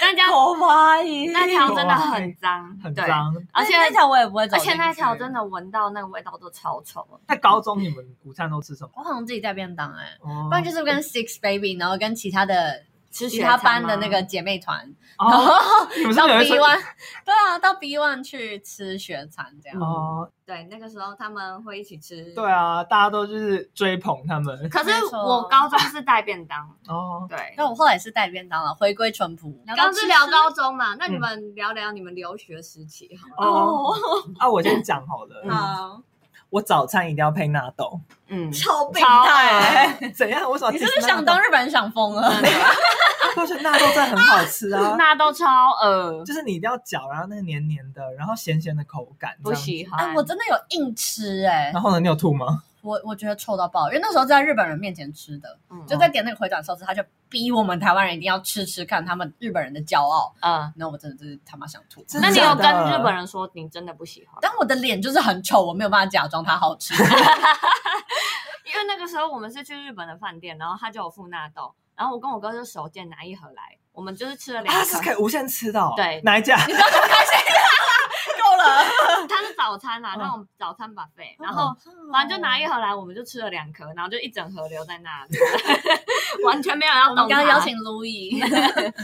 S1: 那家
S3: 蚂蚁
S1: 那条真的很脏，
S2: 很
S1: 对，
S2: 脏。
S1: 而且
S3: 那条我也不会走
S1: 而
S3: 进去，
S1: 且那条真的闻到那个味道都超臭。
S2: 在高中你们午餐都吃什么？
S3: 我好像自己带便当哎、
S2: 哦
S3: 不然就是跟 Six Baby，然后跟其他的
S1: 吃
S3: 其
S1: 雪
S3: 他
S1: 餐
S3: 班的
S1: 吗
S3: 那个姐妹团，
S2: 哦，你们是
S3: 到
S2: 不是有一
S3: B
S2: 次
S3: One，对啊，到 B One 去吃雪餐这样。
S2: 哦，
S1: 对，那个时候他们会一起吃。
S2: 对。啊，大家都就是追捧他们
S1: 可
S3: 没
S1: 是
S3: 错
S1: 我高中是带便当，
S2: 哦。
S1: 对。
S3: 那我后来是带便当了，回归淳朴。
S1: 刚刚是聊高中嘛，那你们聊聊你们留学时期好了。
S2: 哦，啊，我先讲好了。
S3: 好，
S2: 我早餐一定要配纳豆，
S1: 嗯，
S3: 超病
S1: 超
S3: 态、欸
S1: 爱
S2: 怎样？为什么？
S3: 你是不是想当日本人想疯了？
S2: 我觉得纳豆真的很好吃啊，
S1: 那都超恶，
S2: 就是你一定要嚼，然后那个黏黏的，然后咸咸的口感，
S1: 不
S2: 这样子。
S1: 喜
S3: 哎、
S1: 欢。
S3: 我真的有硬吃哎、
S2: 然后呢，你有吐吗？
S3: 我我觉得臭到爆，因为那时候在日本人面前吃的，
S1: 嗯
S3: 就在点那个回转寿司，他就逼我们台湾人一定要吃吃看他们日本人的骄傲。
S1: 嗯，
S3: 那我真的就是他妈想吐。
S2: 真
S1: 那
S2: 的
S1: 你
S2: 假
S1: 有
S2: 的
S1: 跟日本人说你真的不喜欢？
S3: 但我的脸就是很丑，我没有办法假装它好吃。
S1: 因为那个时候我们是去日本的饭店，然后他就有附纳豆，然后我跟我哥就手贱拿一盒来，我们就是吃了两
S2: 啊，是可
S1: 颗。
S2: 以无限吃的哦。
S1: 对
S2: 哪 一家？
S3: 够了，
S1: 他是早餐啦，
S2: 嗯
S1: 那种早餐 buffet，然后
S3: 嗯
S1: 反正就拿一盒来，我们就吃了两颗，然后就一整盒留在那里， 完全没有要
S3: 我
S1: 动它。
S3: 们刚刚邀请 Louis，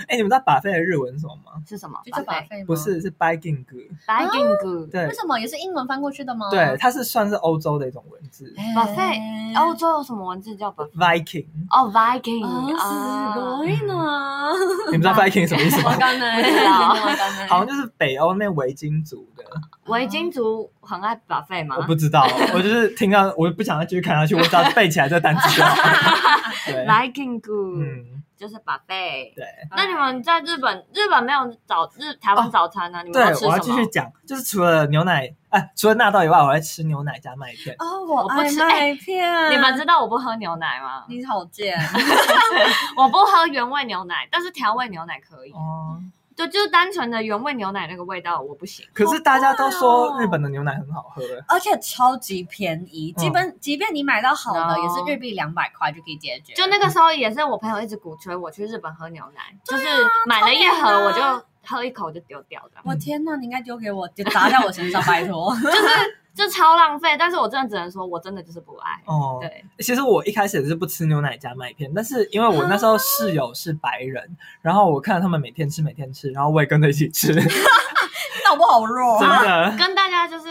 S2: 哎，你们知道把费的日文是什么吗？
S1: 是什么？
S3: 就把费吗？
S2: 不，是，是 biking 哥。
S1: 白金菇，
S2: 对
S3: 嗯为什么也是英文翻过去的吗？哎
S2: 对，，它是算是欧洲的一种文字
S1: 把费
S3: 嗯
S1: 欧洲哦有什么文字叫 buffet？
S2: ，Viking。
S1: 哦，Viking，
S3: すご
S1: 啊
S3: い な。
S2: 你们知道 Viking 什么意思吗？
S3: 刚才
S1: 不知道
S2: 好像就是北欧那边维京族的，
S1: 维京族很爱 buffet 吗
S2: 我？不知道，我就是听到，我就不想再继续看下去，我只要背起来这单词就好。对，
S1: Viking 菇
S2: 嗯，
S1: 就是 buffet。
S2: 对。
S1: 那你们在日本，日本没有早日台湾早餐呢、啊你们
S2: 对
S1: 都吃，什
S2: 我
S1: 么？
S2: 要继续讲，就是除了牛奶，哎，除了纳豆以外，我还吃牛奶加麦片。
S3: 哦，我
S1: 我不
S3: 爱
S1: 吃哎
S3: 麦片，
S1: 你们知道我不喝牛奶吗？
S3: 你好贱，
S1: 我不喝原味牛奶，但是调味牛奶可以。
S2: 哦，
S1: 就就是单纯的原味牛奶那个味道我不行。
S2: 可是大家都
S3: 好
S2: 说
S3: 棒哦
S2: 日本的牛奶很好喝，
S3: 而且超级便宜，
S2: 嗯
S3: 基本即便你买到好的，
S1: No
S3: 也是日币两百块就可以解决。
S1: 就那个时候也是我朋友一直鼓吹我去日本喝牛奶，就是买了一
S3: 啊超美
S1: 盒
S3: 的
S1: 我就喝一口就丢掉的，
S3: 我天呐，你应该丢给我，就砸在我身上，拜托。
S1: 就超浪费。但是我真的只能说，我真的就是不爱。
S2: 哦，
S1: 对，
S2: 其实我一开始也是不吃牛奶加麦片，但是因为我那时候室友是白人，然后我看到他们每天吃每天吃，然后我也跟着一起吃，真
S3: 脑波好弱啊，
S2: 的。
S1: 跟大家就是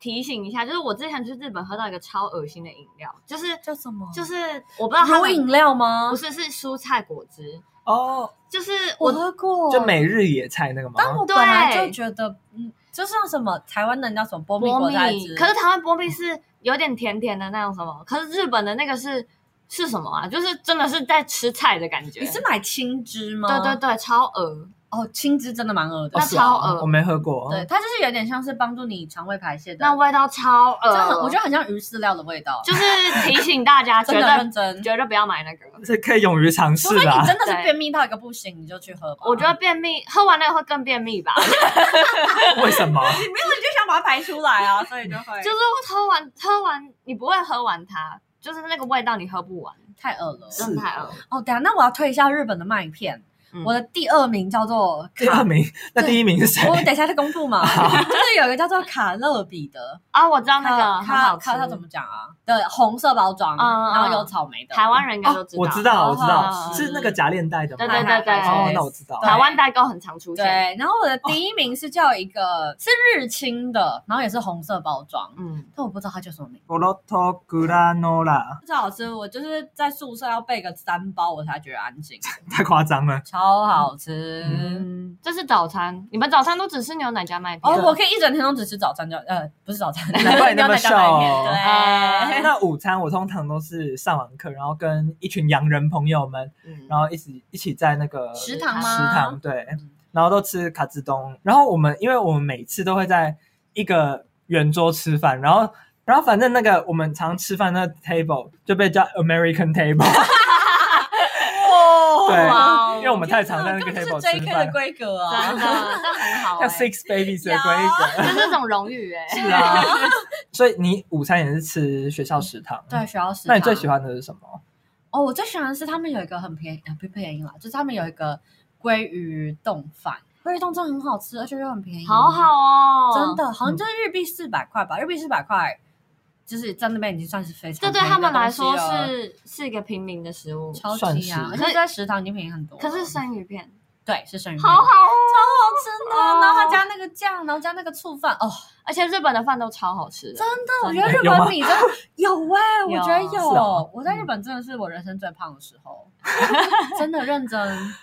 S1: 提醒一下，就是我之前去日本喝到一个超恶心的饮料，就是
S3: 叫什么？
S1: 就是我不知道它
S3: 有
S1: 们
S3: 饮料吗
S1: 不？是是蔬菜果汁，
S2: 哦，
S1: 就是
S3: 我
S1: 我
S3: 喝过，
S2: 就每日野菜那个吗？哦
S3: 但我本来就觉得，嗯，就像什么台湾的那叫什么波蜜
S1: 波
S3: 果榨
S1: 蜜，
S3: 汁，
S1: 可是台湾波蜜是有点甜甜的那种什么，可是日本的那个是是什么啊？就是真的是在吃菜的感觉。
S3: 你是买青汁吗？
S1: 对对对，超恶。
S3: 哦，青汁真的蛮恶的
S2: 哦
S1: 那，
S2: 是啊
S1: 超恶
S2: 我没喝过。
S3: 对，，它就是有点像是帮助你肠胃排泄的，
S1: 那味道超恶，
S3: 这很我觉得很像鱼饲料的味道，
S1: 就是提醒大家，
S3: 真
S1: 绝
S3: 的认
S1: 对
S3: 真。
S1: 绝对不要买那个。
S2: 这可以勇于尝试
S3: 除非
S2: 啦
S3: 你。真的是
S1: 对
S3: 便秘到一个不行，你就去喝吧。
S1: 我觉得便秘，喝完那个会更便秘吧。
S2: 为什么？
S3: 你没有，你就想把它排出来 啊，所以就会
S1: 就是喝完喝完，你不会喝完它，就是那个味道你喝不完，
S3: 太饿了。
S1: 真的太恶。
S3: 哦，等一下，那我要推一下日本的麦片，
S1: 嗯
S3: 我的第二名叫做
S2: 第二
S3: 卡，
S2: 名，那第一名是谁？
S3: 我等一下再公布嘛。就是有一个叫做卡乐比的，
S1: 啊！我知道那个
S3: 卡
S1: 很
S3: 卡
S1: 好
S3: 卡，它
S1: 吃
S3: 怎，么讲啊？的红色包装，
S1: 嗯嗯嗯
S3: 然后有草莓的。
S1: 台湾人应该都
S2: 哦，我知道，我知
S3: 哦
S2: 道，是那个假链带的吗？
S1: 对对对对
S2: 哦，那我知道。
S3: 对
S1: 台湾代购很常出现。
S3: 对，然后我的第一名是叫一个是日清的，然后也是红色包装，
S1: 嗯，
S3: 但我不知道它叫什么名字。
S2: o r o t o granola，
S3: 不知道好吃，我就是在宿舍要备个三包，我才觉得安静，
S2: 太夸张 了。
S3: 超好吃。
S1: 嗯，这是早餐，你们早餐都只吃牛奶加麦片
S3: 哦，？我可以一整天都只吃早餐就呃，不是早餐，
S2: 难怪你那
S3: 牛
S2: 么
S3: 奶加麦片
S2: 瘦
S1: 啊
S3: 对，
S2: 那午餐我通常都是上完课，然后跟一群洋人朋友们，
S1: 嗯
S2: 然后一起一起在那个
S3: 食堂吗嗯
S2: 食堂对，然后都吃卡兹东。然后我们因为我们每次都会在一个圆桌吃饭，然后然后反正那个我们常吃饭那个 table 就 被叫 American table，对
S1: 哇哦
S2: 因为我们太常在那个
S3: 根本
S2: table
S3: 是
S2: 吃
S3: JK
S2: 饭
S3: 的，规格啊
S1: 真，的，那很好、
S2: 像
S1: 欸，
S2: Six Babies 的规
S1: 就这种荣誉哎、
S2: 格，是啊。所以你午餐也是吃学校食堂，
S3: 对，。学校食堂。
S2: 那你最喜欢的是什么？
S3: 哦，我最喜欢的是他们有一个很便宜，呃不便宜啦，就是他们有一个鲑鱼冻饭，鲑鱼冻真的很好吃，而且又很便宜，
S1: 好好哦，
S3: 真。的，
S2: 嗯
S3: 好像就是日币四百块吧，日币四百块，就是在那边已经算是非常
S1: 这对他们来说
S3: 便宜的东西了
S1: 是是一个平民的食物，
S3: 超
S2: 算
S3: 级
S2: 是
S3: 啊，而
S1: 可
S3: 且
S1: 是
S3: 在食堂已经便宜很多了。
S1: 可是生鱼片
S3: 对是生鱼片，
S1: 好好
S3: 超
S1: 哦，
S3: 好吃呢，
S1: 哦
S3: 然后它加那个酱，然后加那个醋饭，哦，
S1: 而且日本的饭都超好吃的，真
S3: 但我觉得日
S2: 有吗
S3: 本 米真的有哎，我
S1: 有
S3: 觉得
S2: 是哦
S3: 有，我在日本真的是我人生最胖的时 候，真的认真。
S2: 嗯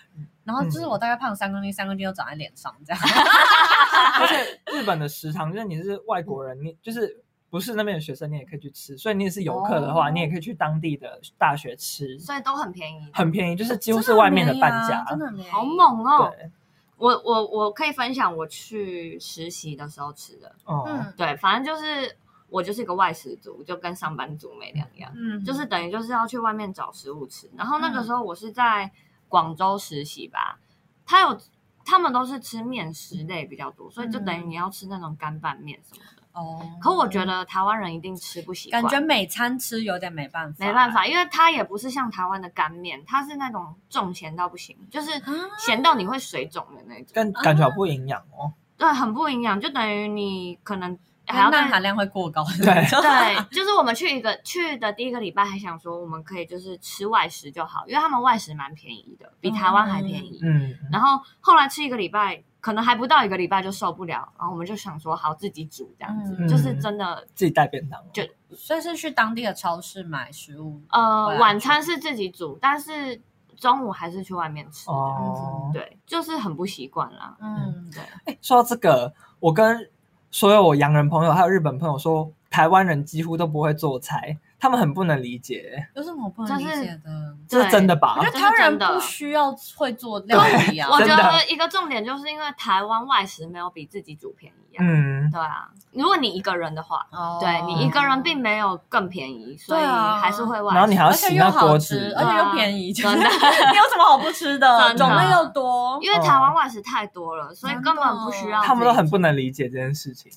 S3: 然后就是我大概胖三公斤，三公斤都长在脸上这样。
S2: 而且日本的食堂，就是你是外国人，你就是不是那边的学生，你也可以去吃。所以你也是游客的话，
S1: 哦
S2: 你也可以去当地的大学吃，
S1: 所以都很便宜，
S2: 很便宜，就是几乎
S3: 真
S2: 是
S3: 的
S2: 外
S3: 很
S2: 面的
S3: 便宜
S2: 半
S3: 啊
S2: 价。
S3: 真的很便宜
S1: 好。猛哦！
S2: 对，
S1: 我我我可以分享我去实习的时候吃的，
S2: 哦，
S3: 嗯
S1: 对，反正就是我就是一个外食族，就跟上班族没两样，
S3: 嗯，
S1: 就是等于就是要去外面找食物吃。然后那个时候我是在广州实习吧，他有他们都是吃面食类比较多，所以就等于
S3: 嗯
S1: 你要吃那种干拌面什么的。
S3: 哦
S1: 可我觉得台湾人一定吃不习惯，
S3: 感觉每餐吃有点没办法，
S1: 没办法，因为它也不是像台湾的干面，它是那种重咸到不行，就是
S3: 啊
S1: 咸到你会水肿的那种，
S2: 但感觉好不营养哦。
S1: 对，很不营养，就等于你可能还
S3: 含
S1: 要
S3: 钠
S1: 再
S3: 含量会过高。
S2: 对
S1: 对，就是我们去一个去的第一个礼拜，还想说我们可以就是吃外食就好，因为他们外食蛮便宜的，比台湾还便宜。
S2: 嗯，
S1: 然后后来吃一个礼拜，可能还不到一个礼拜就受不了，然后我们就想说好自己煮这样子，
S3: 嗯
S1: 就是真的
S2: 自己带便当哦。
S1: 就
S3: 所以是去当地的超市买食物。
S1: 呃
S3: 回来
S1: 晚
S3: 煮
S1: 餐是自己煮，但是中午还是去外面吃的。
S2: 哦，
S1: 对，就是很不习惯啦。
S3: 嗯，
S1: 对，
S2: 哎，说到这个，我跟所有我洋人朋友还有日本朋友说，台湾人几乎都不会做菜，他们很不能理解，
S3: 有什么我不能理
S1: 就是
S3: 解的？
S2: 这是
S1: 对
S2: 真的吧
S3: 我觉？得
S1: 这是
S3: 他人
S1: 真的
S3: 不需要会做料理啊
S1: 我。
S2: 真
S1: 觉
S2: 的
S1: 得一个重点就是因为台湾外食没有比自己煮便宜啊。
S2: 嗯，
S1: 对啊，如果你一个人的话，
S3: 哦
S1: 对你一个人并没有更便宜，所以
S3: 对啊
S1: 还是会外食。
S2: 然后你还要
S3: 而且
S2: 洗
S3: 又
S2: 那
S3: 好
S2: 锅
S3: 吃，
S2: 子
S3: 而，且
S1: 对啊
S3: 又便宜，就是
S1: 真的
S3: 你有什么好不吃 的？
S1: 真的
S3: 种类又多。
S1: 因为台湾外食太多了，所以根本不需要。
S2: 他们都很不能理解这件事情。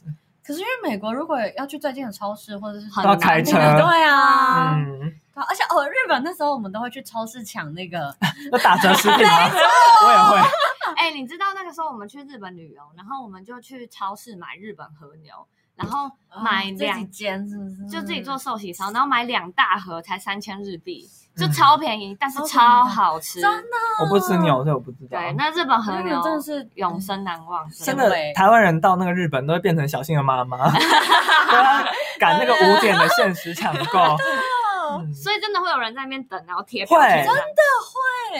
S3: 可是因为美国如果要去最近的超市或者是
S1: 很
S2: 都要
S1: 难
S2: 开
S3: 对
S2: 车
S3: 对啊，
S2: 嗯，
S3: 对啊而且哦，日本那时候我们都会去超市抢那 个，
S2: 那打 折食品吗？我也会。
S1: 哎、你知道那个时候我们去日本旅游，然后我们就去超市买日本和牛，然后买
S3: 哦自
S1: 两、
S3: 己嗯煎，是不是？
S1: 就自己做寿喜烧，然后买两大盒才三千日币，就
S2: 嗯
S1: 超便宜，但是超好吃。
S3: 真的
S2: 我不吃牛，所以我不知道。
S1: 对，那日本和
S3: 那个
S1: 牛
S3: 真的是
S1: 永生难忘，
S2: 嗯真
S1: 的
S2: 的
S3: 对，
S2: 台湾人到那个日本都会变成小新的妈 妈，都要赶那个五点的限时抢购，嗯
S1: 所以真的会有人在那边等，然后贴
S2: 会
S1: 标签，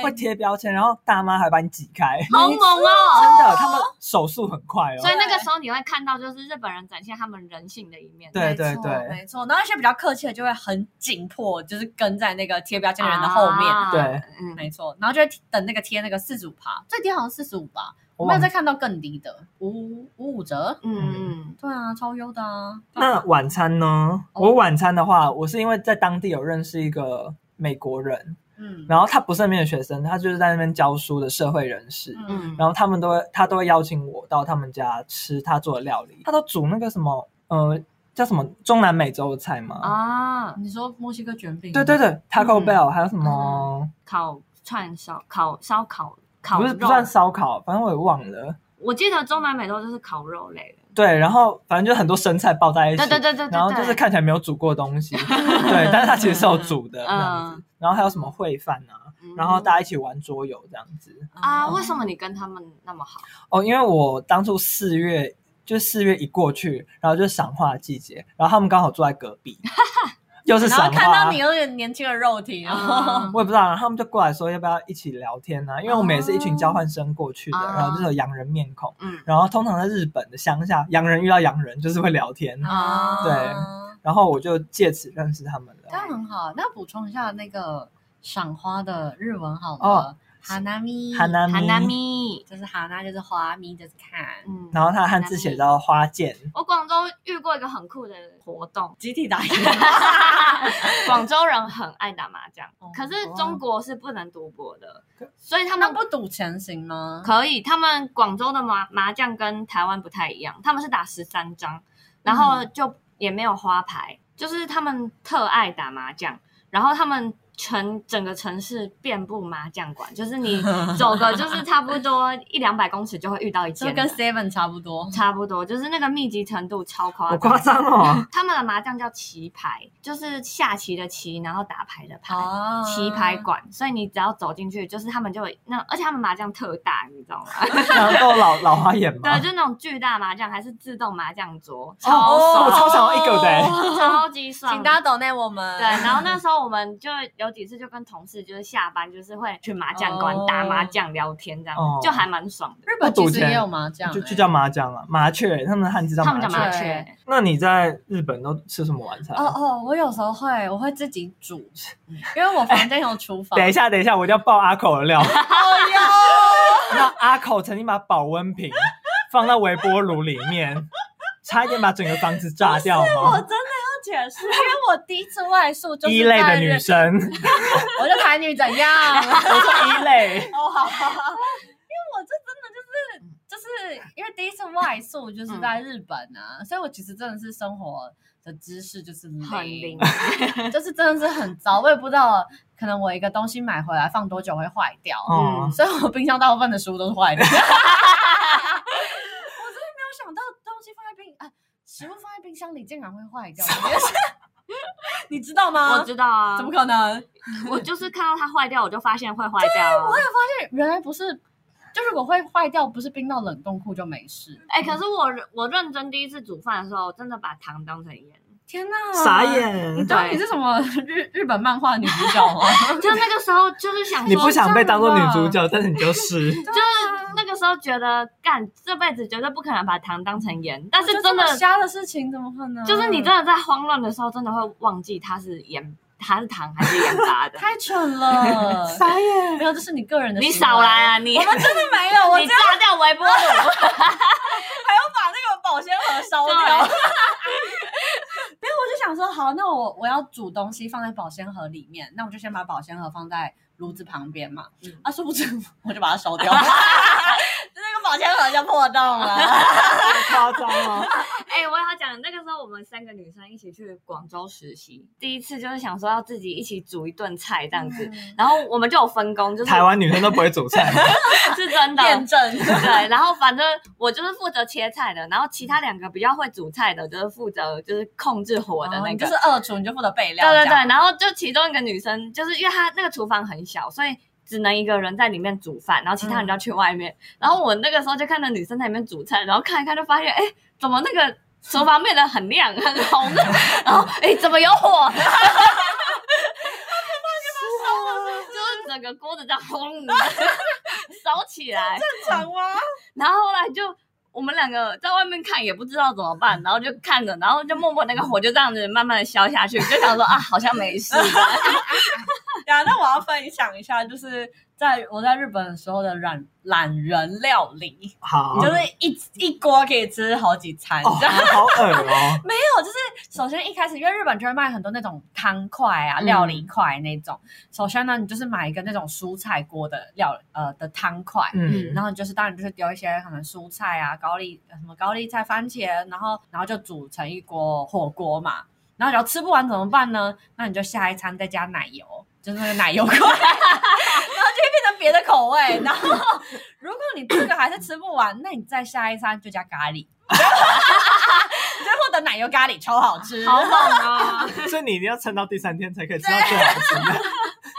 S2: 会贴标签，然后大妈还把你挤开，
S1: 好猛哦！
S2: 真的，他们手速很快哦
S1: 所。以那个时候你会看到，就是日本人展现他们人性的一面。
S2: 对
S3: 没错
S2: 对
S3: 没错。然后一些比较客气的就会很紧迫，就是跟在那个贴标签的人的后面，
S1: 啊
S2: 对，
S1: 嗯，
S3: 没错。然后就会等那个贴那个四十五趴，最低好像四十五吧，我没有
S2: 忘
S3: 再
S2: 记
S3: 看到更低的五五五折。
S1: 嗯
S3: 对啊，超优的啊。
S2: 那晚餐呢？
S3: 哦
S2: 我晚餐的话，我是因为在当地有认识一个美国人，
S3: 嗯
S2: 然后他不是那边的学生，他就是在那边教书的社会人士，
S1: 嗯
S2: 然后他们都会他都会邀请我到他们家吃他做的料理，他都煮那个什么呃叫什么中南美洲的菜嘛，
S1: 啊，
S3: 你说墨西哥卷饼？
S2: 对对对，Taco
S1: 嗯
S2: Bell，、还有什么、
S1: 烤串烧、烤烧烤、嗯烤
S2: 不
S1: 肉
S2: 是，不算烧烤，反正我也忘了。
S1: 我记得中南美洲就是烤肉类的。
S2: 对，然后反正就很多生菜爆在一起，
S1: 对对对对对，
S2: 然后就是
S1: 对
S2: 看起来没有煮过的东 西，对，但是它其实是有煮的这样子。然后还有什么烩饭啊，
S1: 嗯
S2: 然后大嗯家一起玩桌游这样子。
S1: 啊，
S3: 嗯
S1: 为什么你跟他们那么好？
S2: 哦，因为我当初四月就四月一过去，然后就是赏花的季节，然后他们刚好住在隔壁，又是
S3: 然后
S2: 赏
S3: 看
S2: 花
S3: 到你。有点年轻的肉体，然后
S1: 啊
S2: 我也不知道，然后他们就过来说要不要一起聊天啊？因为我们也是一群交换生过去的，
S1: 啊
S2: 然后就是有洋人面孔。
S1: 嗯，
S2: 然后通常在日本的乡下，洋人遇到洋人就是会聊天，
S3: 嗯
S1: 啊
S2: 对然后我就借此认识他们了。
S3: 但很好。那补充一下那个赏花的日文好了。
S2: 哦
S3: 哈娜咪，
S2: 哈娜
S1: 韩南咪，
S3: 就是哈娜，就是花咪，就是看
S1: 嗯，
S2: 然后它汉字写到花剑，
S1: 我广州遇过一个很酷的活动，
S3: 集体打野。
S1: 广州人很爱打麻将
S3: 哦，
S1: 可是中国是不能赌博的
S2: 可，
S1: 所以他
S3: 那
S1: 们
S3: 不赌钱行吗？
S1: 可以，他们广州的麻麻将跟台湾不太一样，他们是打十三张，然后
S3: 嗯
S1: 就也没有花牌，就是他们特爱打麻将，然后他们城整个城市遍布麻将馆，就 是你走个就是差不多一两百公尺就会遇到一
S3: 就
S1: 间的，
S3: 跟 Seven 差不多。
S1: 差不多，就是那个密集程度超夸
S2: 好
S1: 张，
S2: 夸张哦！
S1: 他们的麻将叫棋牌，就是下棋的棋，然后打牌的牌。
S3: 哦
S1: 棋牌馆，所以你只要走进去，就是他们就有那，而且他们麻将特大，你 知道吗？
S2: 然后老老花眼嘛
S1: 对，，啊就那种巨大麻将，还是自动麻将桌，
S2: 哦哦
S1: 超
S2: 我
S1: 爽，
S2: 超想要一个的欸
S1: 超级爽。
S3: 请大家抖内我们。
S1: 对，然后那时候我们就有几次就跟同事，就是下班就是会去麻将馆
S3: 哦
S1: 打麻将、聊天这样
S2: 哦，
S1: 就还蛮爽的。
S3: 日本
S2: 不赌
S3: 其
S2: 钱
S3: 实也有麻将欸，
S2: 就就叫麻将啊，麻雀，他们的汉字叫
S1: 他们叫麻
S2: 雀。
S1: 雀，
S2: 那你在日本都吃什么晚餐？
S3: 哦哦，我有时候会，我会自己煮，
S2: 嗯
S3: 因为我房间有厨 房。
S2: 等一下，等一下，我就要爆阿口的 料。
S3: 哎呦，
S2: 那阿口曾经把保温瓶放到微波炉里面，差一点把整个房子炸 掉
S3: 我
S2: 吗？
S3: 真的要解释，因为我第一次外宿就是
S2: 一类
S3: 在
S2: 的
S3: 日
S2: 女，生，
S3: 我是台女怎样？
S2: 我说 一类，
S3: 哦，好好好，因为我这真的就是就是因为第一次外宿
S2: 嗯
S3: 就是在日本啊，所以我其实真的是生活的知识就是
S1: 很灵。
S3: 就是真的是很糟，我也不知道，可能我一个东西买回来放多久会坏掉，
S2: 哦，
S3: 所以我冰箱大部分的食物都是坏 的。我真的没有想到东西放在冰啊，食物放在冰箱里竟然会坏掉，我觉得是 你知道吗？
S1: 我知道啊，
S3: 怎么可能？
S1: 我就是看到它坏掉，我就发现会坏掉啊。
S3: 原来不是，就如果会坏掉，不是冰到冷冻库就没事。
S1: 哎，可是我我认真第一次煮饭的时候，真的把糖当成盐，
S3: 天哪，
S2: 嗯傻！眼
S3: 你。到底是什么日日本漫画女主角 吗？
S1: 就那个时候就是想说，
S2: 你不想被当做女主角，但是你就是。
S1: 就是那个时候觉得干这辈子绝对不可能把糖当成盐，但是
S3: 就
S1: 真
S3: 这
S1: 的
S3: 么嗯瞎的事情怎么可能？
S1: 就是你真的在慌乱的时候，真的会忘记它是盐，它是糖还是盐巴的。
S3: 太蠢了，
S2: 傻眼
S3: 没有，这是你个人的。
S1: 你少来！啊你！
S3: 我们
S1: 你
S3: 真的没有，我只有
S1: 炸掉微 波炉，
S3: 把那个保鲜盒烧掉。没有，我
S1: 对
S3: 就想说，好，那我我要煮东西放在保鲜盒里面，那我就先把保鲜盒放在炉子旁边嘛。
S1: 嗯
S3: 啊，殊不知我就把它烧掉，就那个保鲜盒就破洞了。
S2: 夸张哦！
S1: 哎、我要讲，那个时候我们三个女生一起去广州实习，第一次就是想说要自己一起煮一顿菜这样
S3: 嗯
S1: 子，然后我们就有分工，就是
S2: 台湾女生都不会煮菜，
S1: 是真的，
S3: 验证。
S1: 对，然后反正我就是负责切菜的，然后其他两个比较会煮菜的，就是负责就是控制火的
S3: 哦
S1: 那个。
S3: 你就是二厨，你就负责备料。
S1: 对对
S3: 这样
S1: 对，然后就其中一个女生，就是因为她那个厨房很小，所以只能一个人在里面煮饭，然后其他人就要去外面。然后我那个时候就看到女生在里面煮菜，然后看一看就发现，哎，怎么那个厨房变得很亮很红？ 然后哎，怎么有 火？就是整个锅子在轰， 烧起来。
S3: 正常吗？
S1: 然后后来就我们两个在外面看也不知道怎么办，然后就看着，然后就默默那个火就这样子慢慢的消下去，就想说 啊，好像没事。
S3: 呀，啊那我要分享一下，就是在我在日本的时候的懒懒人料理，
S2: 好，
S3: 就是一一锅可以吃好几餐。
S2: 哦，好恶哦，
S3: 没有，就是首先一开始，因为日本就会卖很多那种汤块啊、
S1: 嗯
S3: 料理块那种。首先呢，你就是买一个那种蔬菜锅的料呃的汤块，
S2: 嗯，
S3: 然后你就是当然就是丢一些可能蔬菜啊、高丽呃什么高丽菜、番茄，然后然后就煮成一锅火锅嘛。然后只要吃不完怎么办呢？那你就下一餐再加奶油，就是那个奶油块，然 后就会变成别的口味。然后如果你这个还是吃不完，那你再下一餐就加咖喱， 你就会获得奶油咖喱，超好吃。
S1: 好猛啊！
S2: 所以你一定要撑到第三天才可以吃到最好吃的，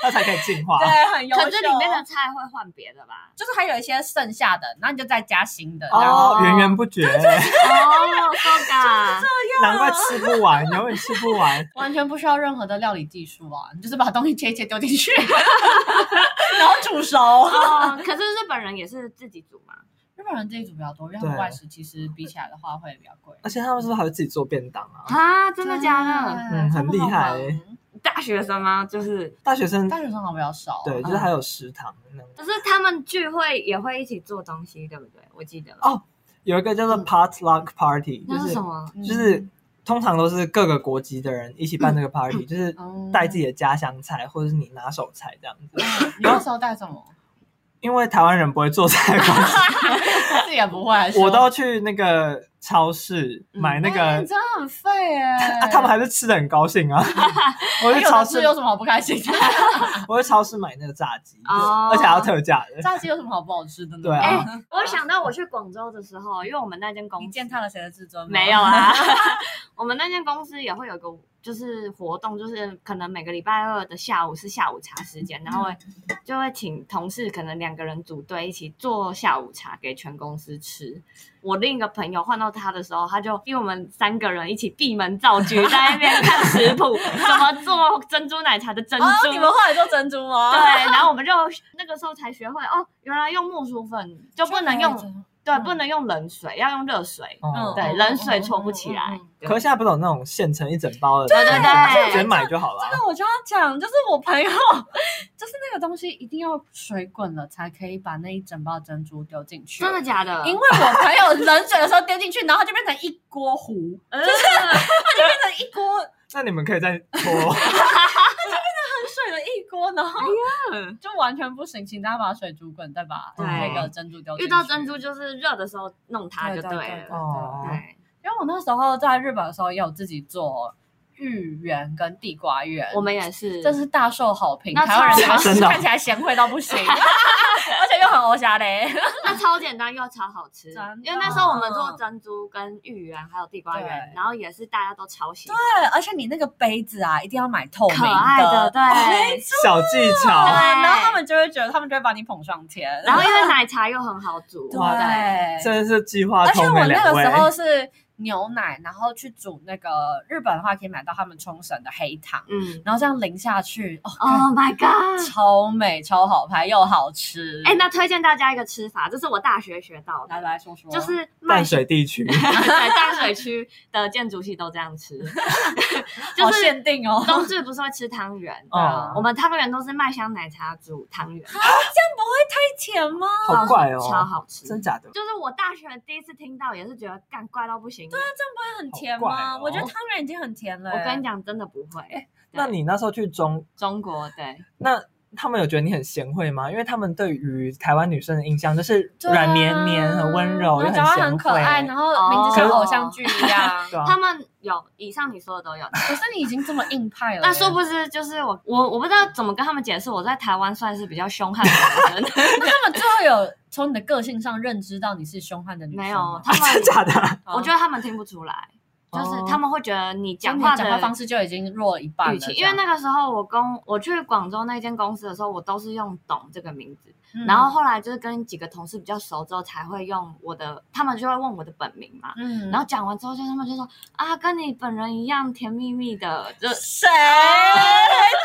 S2: 它才可以进化。
S3: 对，很优秀。
S1: 可是里面的菜会换别的吧？
S3: 就是还有一些剩下的，然后你就再加新的。然后
S2: 哦，源源不绝，
S1: 哦，so ga，
S2: 难怪吃不完，永远吃不完。
S3: 完全不需要任何的料理技术啊，你就是把东西切一切丢进去， 然后煮熟。
S1: 哦，可是日本人也是自己煮嘛？
S3: 日本人这一组比较多，因为他们外食其实比起来的话会比较贵。
S1: 哦
S2: 而且他们是不是还会自己做便当啊？
S1: 啊，真的假的？
S2: 嗯很厉害
S3: 对。
S1: 大学生吗？就是
S2: 大学生
S3: 大学生好像比较少、啊，
S2: 对，就是还有食堂那种。
S1: 可是他们聚会也会一起做东西，对不对？我记得
S2: 哦有一个叫做 potluck party，、
S1: 那
S2: 就是是
S1: 什么？
S3: 嗯
S2: 就是通常都是各个国籍的人一起办这个 party，、就是带自己的家乡菜或者是你拿手菜这样子。
S3: 你那时候带什么？
S2: 因为台湾人不会做菜的关系，
S3: 自己也不会还说，
S2: 我都去那个超市买那
S3: 哎
S2: 个
S3: 你，真的很废哎、
S2: 啊他们还是吃的很高 兴啊。我去
S3: 有
S2: 超
S3: 的
S2: 市
S3: 吃，有什么好不开 心的？
S2: 我去超市买那个炸鸡，
S1: 哦
S2: 而且还要特价的。
S3: 炸鸡有什么好不好吃的呢？
S2: 对啊
S1: 哎、我想到我去广州的时候，因为我们那间公司
S3: 你践踏了谁的自尊吗？
S1: 没 有啊， 我们那间公司也会有一个就是活动，就是可能每个礼拜二的下午是下午茶时间，然后会
S3: 嗯
S1: 就会请同事可能两个人组队一起做下午茶给全公司吃。我另一个朋友换到他的时候，他就逼我们三个人一起闭门造句，在那边看 食谱，怎么做珍珠奶茶的珍珠。
S3: 哦，你们后来做珍珠哦吗？
S1: 对，啊 然后我们就那个时候才学会哦，原来用木薯粉就不能用，对，不能用冷水，要用热水。
S2: 哦
S1: 对，
S3: 嗯
S1: 冷水搓不起来
S3: 嗯嗯嗯。
S1: 对
S2: 可是现在不是有那种现成一整包的，
S1: 对对对
S2: 直接买就好了啊
S3: 这。个我就要讲，就是我朋友， 就是那个东西一定要水滚了才可以把那一整包珍珠丢进去，
S1: 真的假的？
S3: 因为我朋友冷水的时候丢进去，然后它就变成一锅糊，
S1: 嗯
S3: 变成一锅
S2: 那你们可以再 搓。
S3: 水的一锅，然后就完全不行，请大家把水煮滚，再把
S1: 哎对
S3: 那个珍珠丢进去。
S1: 遇到珍珠就是热的时候弄它就
S3: 对对
S1: 了。
S2: 哦
S1: 对，
S3: 因为我那时候在日本的时候，也有自己做芋圆跟地瓜圆，
S1: 我们也是，
S3: 这是大受好评，
S1: 那
S3: 台湾人
S1: 超
S3: 好像
S2: 真的哦
S3: 看起来贤惠到不 行，而且又很欧霞嘞。
S1: 那超简单又超好吃，因
S3: 真的
S1: 为那时候我们做珍珠跟芋圆还有地瓜圆
S3: 对，
S1: 然后也是大家都超喜欢，
S3: 对，而且你那个杯子啊，一定要买透明
S1: 可爱
S3: 的，
S1: 的对。
S2: 小技巧
S3: 对，
S1: 对
S3: 然后他们就会觉得，他们就会把你捧上天，
S1: 然后因为奶茶又很好煮，
S3: 对，
S2: 哇
S1: 对
S2: 真的是计划
S3: 而且
S2: 通
S3: 我那
S2: 的两
S3: 个
S2: 位
S3: 时。候是牛奶，然后去煮那个日本的话可以买到他们冲绳的黑糖，
S1: 嗯
S3: 然后这样淋下去，哦，
S1: ，Oh my god！
S3: 超美、超好拍又好吃。
S1: 哎，那推荐大家一个吃法，这是我大学学到
S3: 来
S1: 的，
S3: 来说说，
S1: 就是卖
S2: 淡水地区
S1: 对淡水区的建筑系都这样吃，
S3: 好
S1: 就是
S3: 限定哦，
S1: 冬至不是会吃 汤圆，
S3: 啊
S2: 哦
S1: 我们汤圆都是麦香奶茶煮汤圆，
S3: 太甜吗？
S2: 好怪哦，
S1: 超好吃。
S2: 真假的？
S1: 就是我大学第一次听到，也是觉得干怪到不行。对，
S3: 会很甜
S2: 好怪
S3: 吗？
S2: 哦
S3: 我觉得汤圆已经很甜了。欸
S1: 我跟你，讲，真的不会。
S2: 那你那时候去中，
S1: 中国对，
S2: 那他们有觉得你很贤惠吗？因为他们对于台湾女生的印象就是
S3: 对啊
S2: 软绵绵、很温柔，
S3: 然
S2: 又
S3: 后讲话
S2: 贤
S3: 很可爱，
S2: 惠
S3: 然。后名字像
S1: 哦
S3: 偶像剧一样。
S2: 对啊
S1: 他，们有以上你说的都有。
S3: 可是你已经这么硬派了耶，
S1: 那殊不知，就是我我我不知道怎么跟他们解释，我在台湾算是比较凶悍的 女生。
S3: 那他们最后有从你的个性上认知到你是凶悍的女生吗
S1: 没有，，他
S2: 啊 真
S1: 们
S2: 假的？
S1: 我觉得他们听不出来，就是
S2: 哦
S1: 他们会觉得你
S3: 讲
S1: 讲
S3: 话
S1: 话
S3: 讲话
S1: 的
S3: 方式就已经弱了一半
S1: 语
S3: 了这
S1: 气，
S3: 样。
S1: 因为那个时候我跟我去广州那间公司的时候，我都是用“董”这个名字，
S3: 嗯，
S1: 然后后来就是跟几个同事比较熟之后，才会用我的，他们就会问我的本名嘛。
S3: 嗯，
S1: 然后讲完之后，就他们就说啊，跟你本人一样甜蜜蜜的，就
S3: 谁？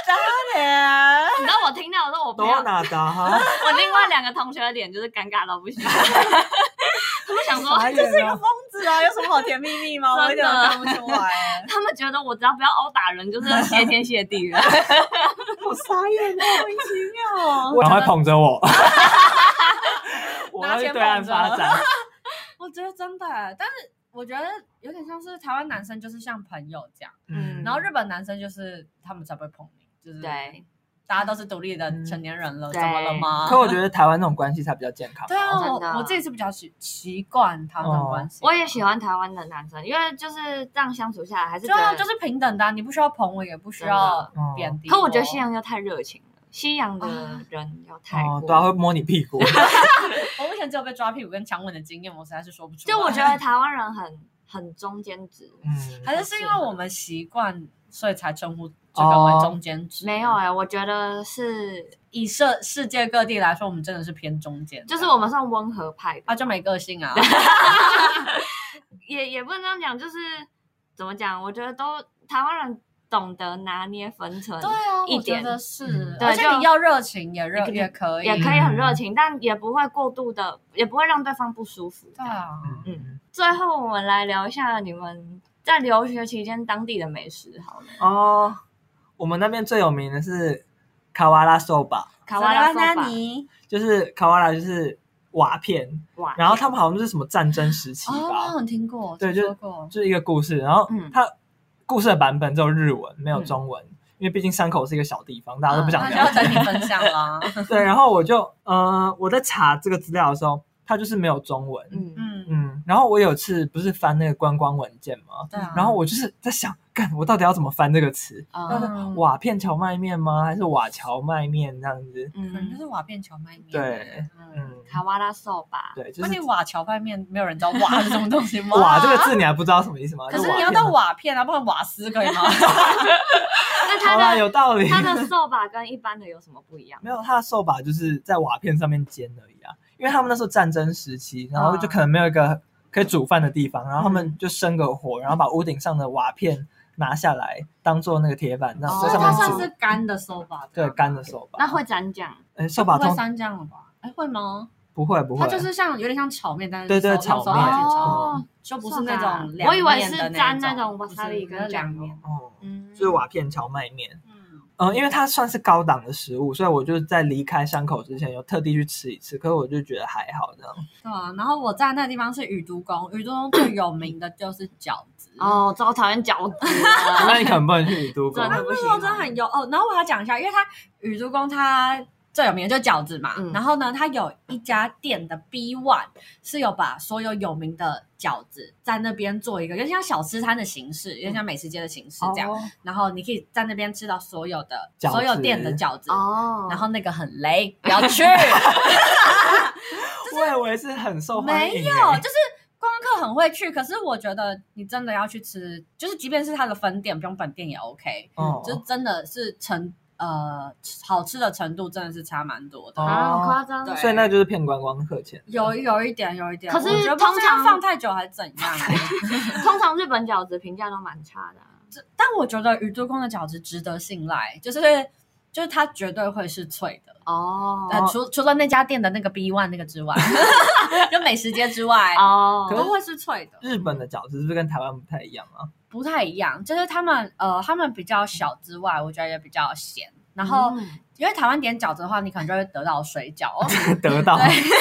S3: 当然，
S1: 你知道我听到的时候，我朋友
S2: 多纳达 哈，
S1: 我另外两个同学的脸就是尴尬到不行， 他们
S3: 哦
S1: 想说
S2: 傻眼啊了
S3: 疯子啊，有 什么好甜蜜蜜 吗
S1: 真的
S3: 不出 来。
S1: 他们觉得我只要不要殴打人，就是谢天谢 地了。
S2: 我傻眼啊了，
S3: 莫名其妙
S2: 赶快捧 着我，我要去对岸 发展。
S3: 我觉得真的，但是我觉得有点像是台湾男生就是像朋友这样，
S1: 嗯
S3: 然后日本男生就是他们才不会碰你，就是
S1: 对，
S3: 大家都是独立的
S2: 嗯
S3: 成年人了，
S1: 对
S3: 怎么了吗？
S2: 可我觉得台湾那种关系才比较健康。哦
S3: 对啊，
S1: 真的
S3: 我我自己是比较习习惯他们的关系，
S1: 我也喜欢台湾的男生，因为就是这样相处下来还是
S3: 对
S1: 觉
S3: 啊，
S1: 得
S3: 就是平等的啊，你不需要捧我，也不需要
S2: 真的
S3: 贬低。
S1: 可我觉得西洋又太热情了，西洋的人又太
S2: 啊哦，
S1: 过。
S2: 对啊，会摸你 屁股。
S3: 我目前只有被抓屁股跟强吻的经验，我实在是说不出来。
S1: 就我 觉得台湾人很很中间值，
S2: 嗯，
S3: 还是是因为我们习惯，所以才称呼这个为中间值。
S1: 没有，哎、我觉得是
S3: 以世世界各地来说，我们真的是偏中间的，
S1: 就是我们算温和派的，
S3: 啊，就没个性 啊。
S1: 也也不能这样讲，就是怎么讲？我觉得都台湾人懂得拿捏分寸，
S3: 对啊，
S1: 一
S3: 我觉
S1: 点
S3: 得是，
S1: 对
S3: 而且
S1: 就
S3: 你要热情也热
S1: 也可以
S3: 也可以，
S1: 也可以很热情，但也不会过度的，也不会让对方不舒服。
S3: 对啊。
S2: 嗯，
S1: 最后我们来聊一下你们在留学期间当地的美食好了。
S2: 哦，我们那边最有名的是卡瓦拉寿吧，
S1: 卡瓦拉
S3: 萨
S1: 寿吧
S3: 尼，
S2: 就是卡瓦拉就是瓦片，
S1: 哇，
S2: 然后他们好像是什么战争时期吧，
S3: 哦，我听过，
S2: 对
S3: 听
S2: 就
S3: 说过，
S2: 就是一个故事，然后
S1: 嗯
S2: 它故事的版本只有日文，没有中文，因为毕竟山口是一个小地方，大家都不想
S3: 嗯啊那就
S2: 了
S3: 要
S2: 解。
S3: 等你分享 啦。
S2: 对，然后我就呃，我在查这个资料的时候，它就是没有中文。嗯
S1: 嗯，
S3: 嗯，
S2: 嗯，然后我有次不是翻那个观光文件吗？
S3: 对啊。
S2: 然后我就是在想，干我到底要怎么翻这个词？
S1: 啊
S2: 那是
S3: 嗯
S2: 瓦片荞麦面吗？还是瓦荞麦面这样子？
S3: 可能就
S1: 嗯，
S3: 是瓦片荞麦面。
S2: 对，
S3: 嗯，
S2: 嗯，
S1: 卡瓦拉寿吧，
S2: 对，就
S3: 问
S2: 是
S3: 你瓦荞麦面，没有人知道瓦是什么 东西吗？
S2: 瓦这个字你还不知道什么意思吗？
S3: 可
S2: 就是瓦
S3: 你要
S2: 片
S3: 到
S2: 吗
S3: 瓦片啊，不然瓦斯可以吗？
S1: 那
S2: 好啦，
S1: 它的
S2: 有道理。
S1: 它的寿吧跟一般的有什么不一样？
S2: 没有，他的手把就是在瓦片上面煎而已啊，因为他们那时候战争时期，然
S3: 嗯
S2: 后就可能没有一个可以煮饭的地方，然后他们就生个火，然后把屋顶上的瓦片拿下来当做那个铁板，那
S1: 哦
S2: 在
S3: 所以它算
S2: 上
S3: 是
S2: 面煮。
S3: 干的手把，
S2: 对，干的手把，
S1: 那会沾酱，
S2: 呃
S3: 它
S2: 手
S3: 不
S2: 把
S3: 会
S2: 通
S3: 三酱了吧？哎，会吗？
S2: 不会不会，
S3: 它就是像有点像炒面，但是
S2: 对对
S3: 手用手
S2: 炒
S3: 把
S2: 面
S3: 去炒，
S1: 哦，
S3: 就不是那种
S1: 我以为
S3: 凉面的
S1: 是沾
S3: 那
S1: 那种
S3: 不是
S1: wasabi
S3: 那凉
S1: 跟酱油
S3: 面。
S2: 哦，
S1: 嗯，
S2: 就是瓦片荞麦面。
S3: 嗯，
S2: 嗯、因为它算是高档的食物，所以我就在离开山口之前有特地去吃一次，可是我就觉得还 好这样。
S3: 对啊。然后我在那地方是宇都宫，宇都宫最有名的就是饺子。
S1: 哦，超讨厌饺子啊，
S2: 那你可啊能不能去宇都宫
S1: 真，的 不
S3: 那时
S1: 行
S3: 候真的很有哦。然后我要讲一下，因为它宇都宫它最有名的就是饺子嘛，
S1: 嗯
S3: 然后呢，它有一家店的 B One 是有把所有有名的饺子在那边做一个，有点像小吃摊的形式，有点像美食街的形式这样。
S2: 哦
S3: 然后你可以在那边吃到所有的
S2: 饺子
S3: 所有店的饺子。
S1: 哦，
S3: 然后那个很雷，不 要去。
S2: 我以为是很受欢
S3: 没
S2: 迎、欸。
S3: 有，就是观光客很会去，可是我觉得你真的要去吃，就是即便是它的分店，不用本店也 OK。嗯
S2: 哦
S3: 就真的是程呃好吃的程度真的是差蛮多的。
S2: 哦
S1: 啊，很夸张，
S3: 对
S2: 所以那就是骗观光客钱。
S3: 有有一点，有一点，
S1: 可是
S3: 我觉得不知道
S1: 通常
S3: 要放太久还是怎样、啊
S1: 通常日本饺子评价都蛮差的啊，
S3: 这但我觉得宇都宫的饺子值得信赖，就是就是它绝对会是脆的。
S1: 哦，
S3: 呃，除除了那家店的那个 B One 那个之 外，就美食街之外，
S1: 哦，
S3: 都会是脆的，
S2: 日本的饺子是不是跟台湾不太一样 啊？
S3: 不太一样。就是他们呃，他们比较小之外，我觉得也比较咸。然后，
S1: 嗯
S3: 因为台湾点饺子的话，你可能就会得到水饺，
S2: 得到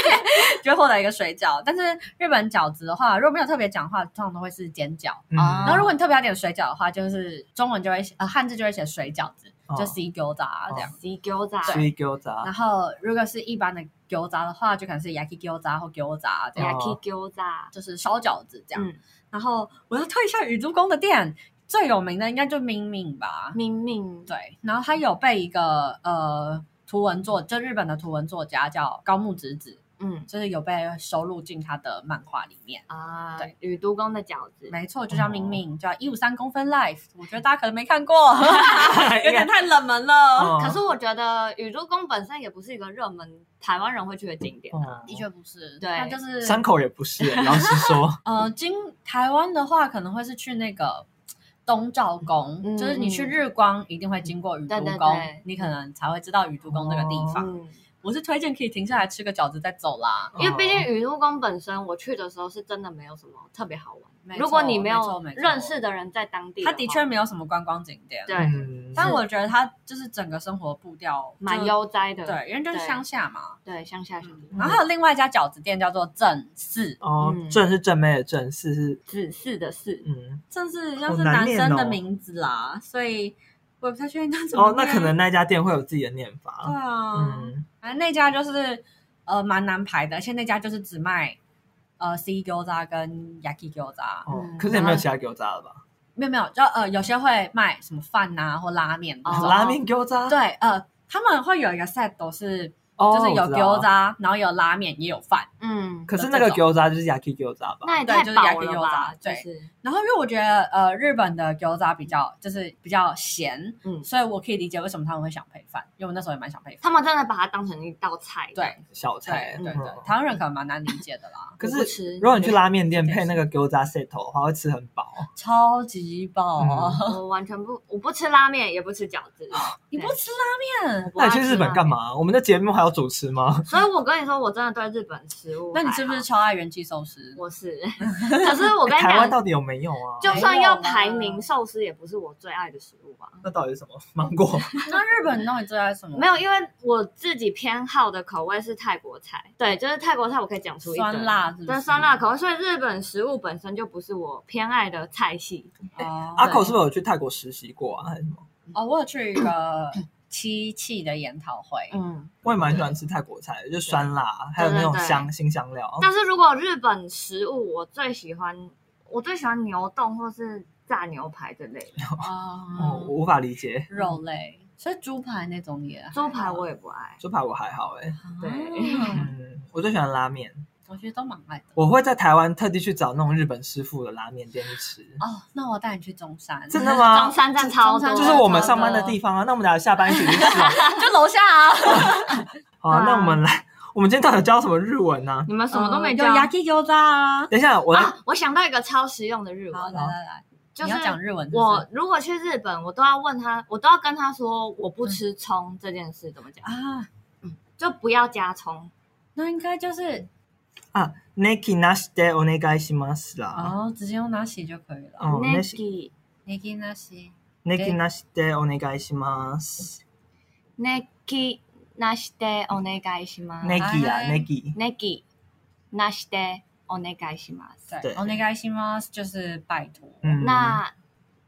S3: 就会获得一个水饺。但是日本饺子的话，如果没有特别讲的话，通常都会是煎饺。
S2: 嗯
S1: 啊
S3: 然后如果你特别要点水饺的话，就是中文就会写呃汉字就会写水饺子，
S2: 哦
S3: 就 C 饺子啊这样。
S1: 西饺子啊，
S2: 水饺子
S3: 然后如果是一般的饺子的话，就可能是 yaki 饺子啊或饺子啊这样，
S2: 哦
S1: 也可以饺子啊，
S3: 就是烧饺子这样。
S1: 嗯，
S3: 然后我要推一下宇都宫的店，最有名的应该就明明吧，
S1: 明明
S3: 对。然后他有被一个呃图文作，就日本的图文作家叫高木直子，
S1: 嗯
S3: 就是有被收录进他的漫画里面。
S1: 啊
S3: 对，
S1: 宇都宫的饺子，
S3: 没错，
S1: 哦
S3: 就叫明明，叫一五三公分 life。我觉得大家可能没看过，
S1: 哦
S2: 哎
S3: 有点太冷门了。
S2: 哦
S1: 可是我觉得宇都宫本身也不是一个热门台湾人会去的景点啊，
S2: 哦
S3: 的确不是，
S1: 对
S3: 它就是，
S2: 山口也不是欸、老实说
S3: 呃，经台湾的话可能会是去那个东照宫，
S1: 嗯
S3: 就是你去日光一定会经过宇都宫，
S1: 对对对
S3: 你可能才会知道宇都宫这个地方。
S1: 嗯，
S3: 我是推荐可以停下来吃个饺子再走啦。
S1: 因为毕竟宇都宫本身我去的时候是真的没有什么特别好
S3: 没
S1: 玩，
S3: 错
S1: 如果你没
S3: 没错
S1: 有
S3: 没错
S1: 认识的人在当地话，
S3: 它的确没有什么观光景点，
S1: 对
S2: 嗯
S3: 但我觉得它就是整个生活步调就
S1: 蛮悠哉的，
S3: 对，因嗯为就是
S1: 对
S3: 乡下嘛。
S1: 对，乡下小地
S3: 然后还有另外一家饺子店叫做正四，
S2: 嗯哦，
S1: 嗯
S2: 正是正妹的正，是是
S1: 子嗣的嗣，
S2: 嗯
S3: 正是像是
S2: 好难
S3: 男
S2: 念
S3: 生的
S2: 哦
S3: 名字啦，所以我也不太确定它怎么
S2: 哦，那
S3: 念
S2: 可能那家店会有自己的念
S3: 对
S2: 法。
S3: 啊，
S2: 嗯，
S3: 反正那家就是呃蛮难排的，而且那家就是只卖呃 C 饺子跟 Yaki 饺子，
S2: 哦
S1: 嗯，
S2: 可是也没有其他饺子了吧？
S3: 没有没有，就呃有些会卖什么饭呐、或拉面那
S1: 哦
S3: 种。
S2: 拉面饺子，
S3: 嗯对，呃他们会有一个 set 都是
S2: 哦，
S3: 就是有
S2: 我知
S3: 饺
S2: 道
S3: 子，，然后有拉面也有饭。
S1: 嗯，
S2: 可是那个
S3: 有
S2: 饺子就是 yaki 饺子吧？
S1: 那也
S3: 对
S1: 太
S3: 就是
S1: 饱
S3: Yaki
S1: 了
S3: Gyoza，
S1: 吧，就
S3: 对
S1: 是
S3: 然后因为我觉得呃日本的饺子比较就是比较咸，
S1: 嗯
S3: 所以我可以理解为什么他们会想配饭，因为我那时候也蛮想配饭。
S1: 他们真的把它当成一道菜，
S3: 对
S2: 小
S3: 对
S2: 菜，
S3: 对
S2: 嗯
S3: 对，台湾人可能蛮难理解的啦，
S2: 可
S1: 我不
S2: 是
S1: 吃
S2: 如果你去拉面店
S3: 对
S2: 配那个饺子 set 头，还会吃很饱。
S3: 超级饱啊、
S2: 嗯
S1: 我完全不，我不吃拉面，也不吃饺子。
S3: 哦你不吃拉面，
S1: 我
S2: 那
S1: 爱
S2: 你去
S1: 吃
S2: 日本
S1: 拉
S2: 干
S1: 面？
S2: 嘛？我们的节目还有主吃吗？
S1: 所以我跟你说，我真的对日本食物还好，
S3: 那你是不是哎超爱元气寿司？
S1: 我是，可是我跟你
S2: 台湾到
S1: 讲，
S2: 底有没有啊？
S1: 就算要排
S3: 没有
S1: 名，
S3: 啊
S1: 寿司也不是我最爱的食物吧。啊
S2: 那到底是什么？芒果？
S3: 那日本到底最爱什么？
S1: 没有，因为我自己偏好的口味是泰国菜，对，就是泰国菜，我可以讲出一堆
S3: 酸，辣是不嗯是，
S1: 对，酸辣口味，所以日本食物本身就不是我偏爱的菜系。
S3: 哦。
S1: 啊
S2: 阿口是不是有去泰国实习过啊？还是什么？
S3: 哦，我有去一个 七气的研讨会，
S1: 嗯，
S2: 我也蛮喜欢吃泰国菜的，就酸辣，还有那种
S1: 对对对
S2: 香新香
S3: 哦
S2: 料。
S1: 但是如果日本食物，我最喜欢，我最喜欢牛冻或是炸牛排这类的，
S2: 哦，我
S3: 哦，
S2: 无法理解，
S3: 肉类，所以猪排那种也还好
S1: 猪排我也不爱。
S2: 猪排我还好哎、
S1: 对
S3: 啊
S2: 嗯，我最喜欢拉面，
S3: 我觉得都蛮爱的。
S2: 我会在台湾特地去找那种日本师傅的拉面店去吃。
S3: 哦，那我带你去中山，
S2: 真的吗
S1: 中山站超
S3: 啊中山
S1: 多，
S2: 就是我们上班的地方啊，那我们俩下班一起去 吃啊。
S3: 就楼下
S1: 哦
S3: 啊。
S2: 好啊，那
S1: 对啊
S2: 我们来，我们今天到底教什么日文呢、
S1: 你们什么都没
S3: 就
S1: 教。
S3: yaki g y o z a 啊。
S2: 等一下，我来
S1: 啊，我想到一个超实用的日
S3: 好，
S1: 文，
S3: 来来来，
S1: 就
S3: 你
S1: 是
S3: 要讲日文是不是。
S1: 我如果去日本，我都要问他，我都要跟他说我不吃葱这件事怎么讲，
S3: 啊，
S1: 就不要加葱。
S3: 那应该就是
S2: 啊 n e k i n a s h de o n e g a i s h i m a s 啦。
S1: 啊
S3: 哦，直接用拿洗就可以了。
S2: 哦
S1: n e g i
S3: n i k i n a s
S2: n e k i n a s h de o n e g a i s h i m a s
S1: n e g i なしてお願いします。
S2: n e k i 啊 n
S3: 哎
S2: e k i
S1: n e g i なしてお願いします。
S3: 对
S2: 对
S3: ，o n e g a i s h i m a s 就是拜托，
S2: 嗯，
S1: 那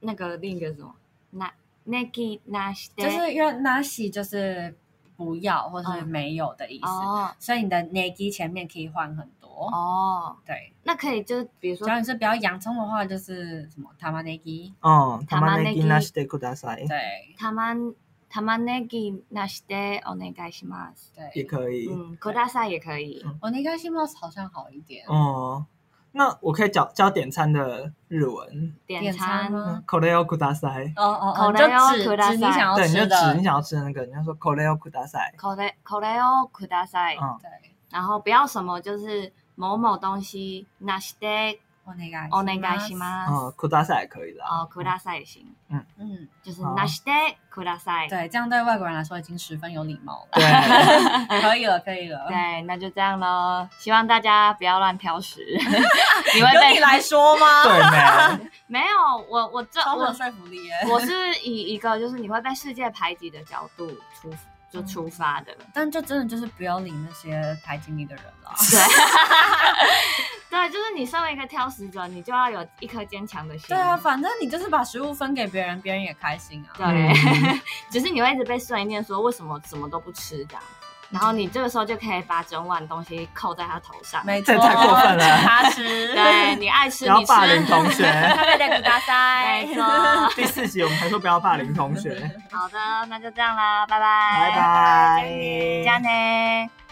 S1: 那个另一个是什么？那 n e g i なして
S3: 就是因为拿洗就是不要或是没有的意思，
S1: 嗯哦
S3: 所以你的 negi 前面可以换很多。
S1: 哦，
S3: 对，
S1: 那可以就是比如
S3: 只
S1: 说
S3: 要你是比较洋葱的话，就是什么 tamanegi。
S2: 哦，たまね
S1: tamaneki
S2: ぎなしでくださ
S1: 嗯
S2: い，
S3: 对
S1: たまん玉ねぎなしてお願いします。
S3: 对，
S2: 也可以。
S1: 嗯，ください也可以。
S3: 我 negi m a s 好像好一点。
S2: 哦，那我可以教教点餐的日文，
S1: 点
S3: 点餐
S1: 餐
S3: 吗？
S2: これをください。
S3: 哦哦
S1: 口
S3: 哦，你
S1: 袋要
S3: 就指
S1: ください
S3: 指你想要
S2: 对，你
S3: 吃
S2: 就
S3: 哦的
S2: 指，你想要吃的那个，你就说これをください。
S1: これこれをください。
S2: 嗯，
S3: 对，
S1: 然后不要什么就是某某东西なして
S3: 我 negi
S1: お願いします。
S2: 哦，ください可以啦。
S1: 嗯哦，ください也行，
S3: 嗯，
S1: 就是
S2: 好
S1: なしてください。
S3: 对，这样对外国人来说已经十分有礼貌了。
S2: 对，
S3: 可以了，可以了。
S1: 对，那就这样喽。希望大家不要乱 挑食，你会
S3: 由你
S1: 被
S3: 来说 吗？
S2: 对没？
S1: 没有我我这
S3: 超有
S1: 我
S3: 说服力耶！
S1: 我是以一个就是你会被世界排挤的角度出就出发的。
S3: 但就真的就是不要理那些排挤你的人了。
S1: 对， 对，就是你身为一个挑食者，你就要有一颗坚强的心。
S3: 对啊，反正你就是把食物分给别人，别人也开心啊。
S1: 对
S2: 嗯，
S1: 只是你会一直被碎念说为什么什么都不吃这样，然后你这个时候就可以把整碗东西扣在他头上。
S3: 没错，
S2: 这太过分了
S3: 请他吃。
S1: 对，哦你爱吃
S2: 不要
S1: 你吃，
S2: 霸凌 同学。
S3: 特别的给大家
S1: 没。错。
S2: 第四集我们还说不要霸凌同学，
S1: 哎好的，那就这样啦，拜
S2: 拜
S1: 拜，
S2: 拜
S1: 加。呢。